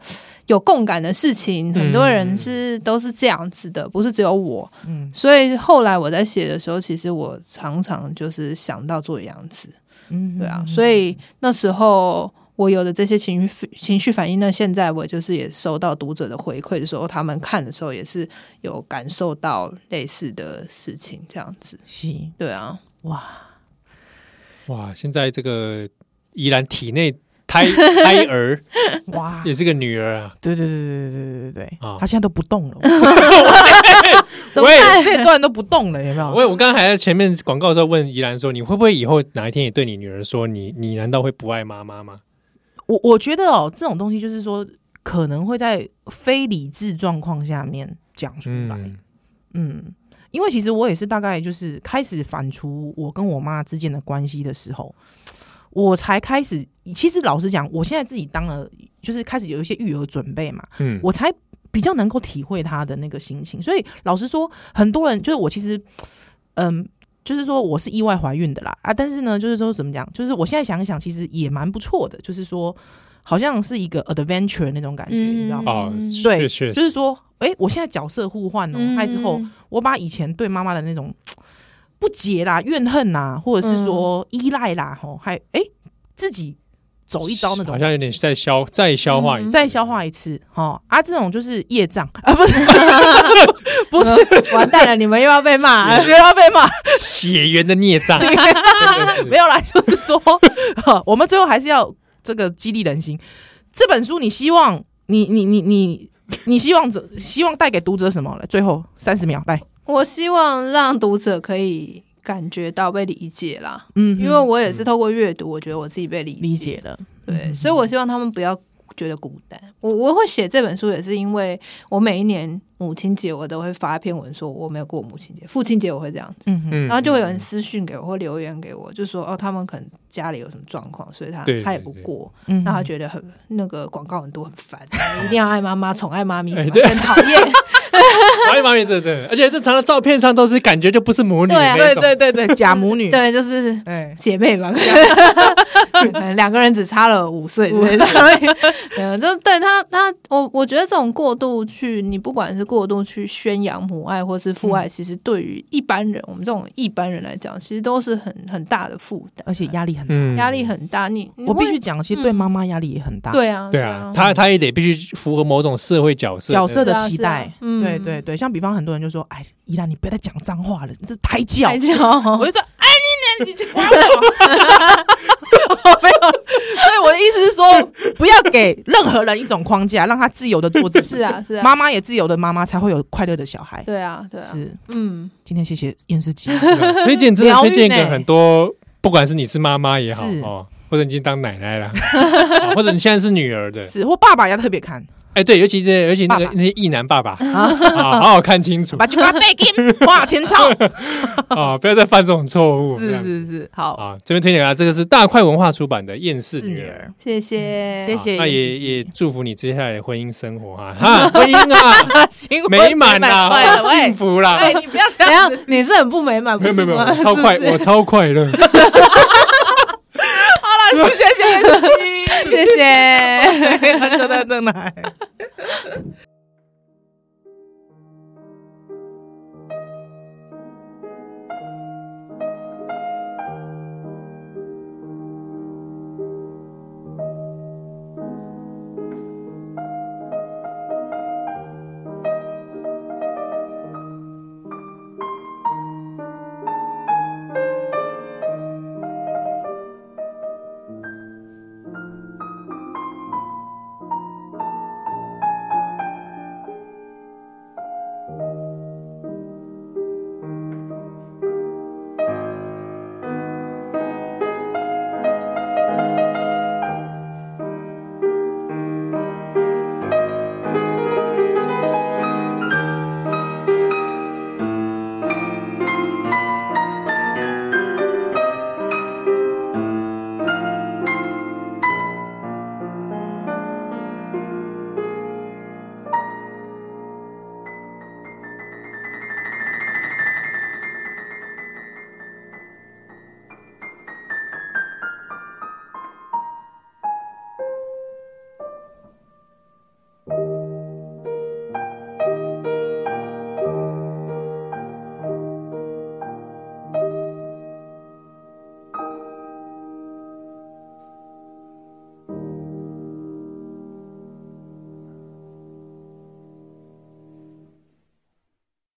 有共感的事
嗯
情，很多人是都是这样子的，不是只有我。
嗯
所以后来我在写的时候，其实我常常就是想到做样子，
嗯，
对啊，所以那时候。我有的这些情绪情绪反应呢，现在我就是也收到读者的回馈，就说、哦他们看的时候也是有感受到类似的事情，这样子。
是
对啊，
嗯哇，
哇，现在这个依然体内胎 胎儿
哇
也，是个女儿啊，
对对对对对对对对
啊
他现在都不动了，
怎么
喂
办
这段都不动了，有没有？
我我刚才还在前面广告的时候问怡兰说，你会不会以后哪一天也对你女儿说，你你难道会不爱妈妈吗？
我我觉得哦，这种东西就是说，可能会在非理智状况下面讲出来，
嗯，
嗯，因为其实我也是大概就是开始反刍我跟我妈之间的关系的时候，我才开始。其实老实讲，我现在自己当了，就是开始有一些育儿准备嘛，
嗯，
我才比较能够体会她的那个心情。所以老实说，很多人就是我其实，嗯。就是说，我是意外怀孕的啦啊！但是呢，就是说怎么讲，就是我现在想一想，其实也蛮不错的。就是说，好像是一个 adventure 那种感觉，你知道吗？
哦，
嗯
对
确确
就是说，哎、我现在角色互换哦，还之后
嗯
我把以前对妈妈的那种不解啦、怨恨啦，或者是
嗯
说依赖啦，吼，还哎、自己走一遭那种
好，像有点在消再消化一次
再消化一次，哈啊，这种就是业障啊， 不是不是，
完蛋了，你们又要被骂了。
又要被骂，
血缘的孽 障，真的是
没有啦，就是说， 哈我们最后还是要这个激励人心。这本书，你希望你你你你你希望者希望带给读者什么？来，最后三十秒来，
我希望让读者可以感觉到被理解啦，
嗯
因为我也是透过阅读，我觉得我自己被理解
理解了，
嗯
对，所以我希望他们不要觉得孤单。我我会写这本书也是因为我每一年母亲节我都会发一篇文说我没有过母亲节，父亲节我会这样子，
嗯哼，
嗯
然后就 会有人私讯给我或留言给我，就说哦，他们可能家里有什么状况，所以他
对对
他也不
对
过，
嗯
让他
哼，
觉得很那个广告很多很烦，一定要爱妈妈，宠爱妈咪什 么
哎对
很讨厌，
啊
哎呀妈咪，真的，而且这常常照片上都是感觉就不是母女
对啊
那
对
种，
对对 对，假母女，
对，就是
哎，
姐妹 吧， 可能两个人只差了五岁之类的，没有，就是对他他我我觉得这种过度去，你不管是过度去宣扬母爱或是
嗯
父爱，其实对于一般人，我们这种一般人来讲，其实都是很很大的负担，
而且压力很大，
嗯
压力。很大。你你
我必
会
须讲，其实嗯对妈妈压力也很大，
对啊，
对啊，他他也得必须符合某种社会角色。
角色的
是啊
期
是啊
待，
嗯
对 对对，像比方很多人就说，哎，依兰你不要再讲脏话了，你是胎教，
太巧
我，就说，哎，你你你管我。没有，所以我的意思是说，不要给任何人一种框架，让他自由的做自己。
是啊是啊，
妈妈也自由的妈妈才会有快乐的小孩。
对啊对啊，
是，
嗯，
今天谢谢验尸机，
对啊推荐真的
疗愈
推荐给
呢
很多，不管是你是妈妈也好
是
哦，或者你已经当奶奶了，啊或者你现在是女儿的，
是或爸爸要特别看，
哎，对，尤其是尤其那个
爸爸
那些异男 爸爸，啊，好好看清楚
把菊花背给哇前兆，
啊，不要再犯这种错误。这
是
样
是是，好，
啊，这边推荐给大家，这个是大块文化出版的《厌世
是
女
女
儿》。啊
儿，
谢嗯谢，
谢谢
那也
燕世姬
也祝福你接下来的婚姻生活啊，哈，婚姻 啊
行，
美满啊，
快了
好幸
喂，
福啦，
哎，你不要这
怎
样
样
子，？
你是很不美满，
没有没有没有，我
不是
超
吗
快，
是不是
我超快乐。
好了，谢谢验尸机，
谢谢。
真的真的。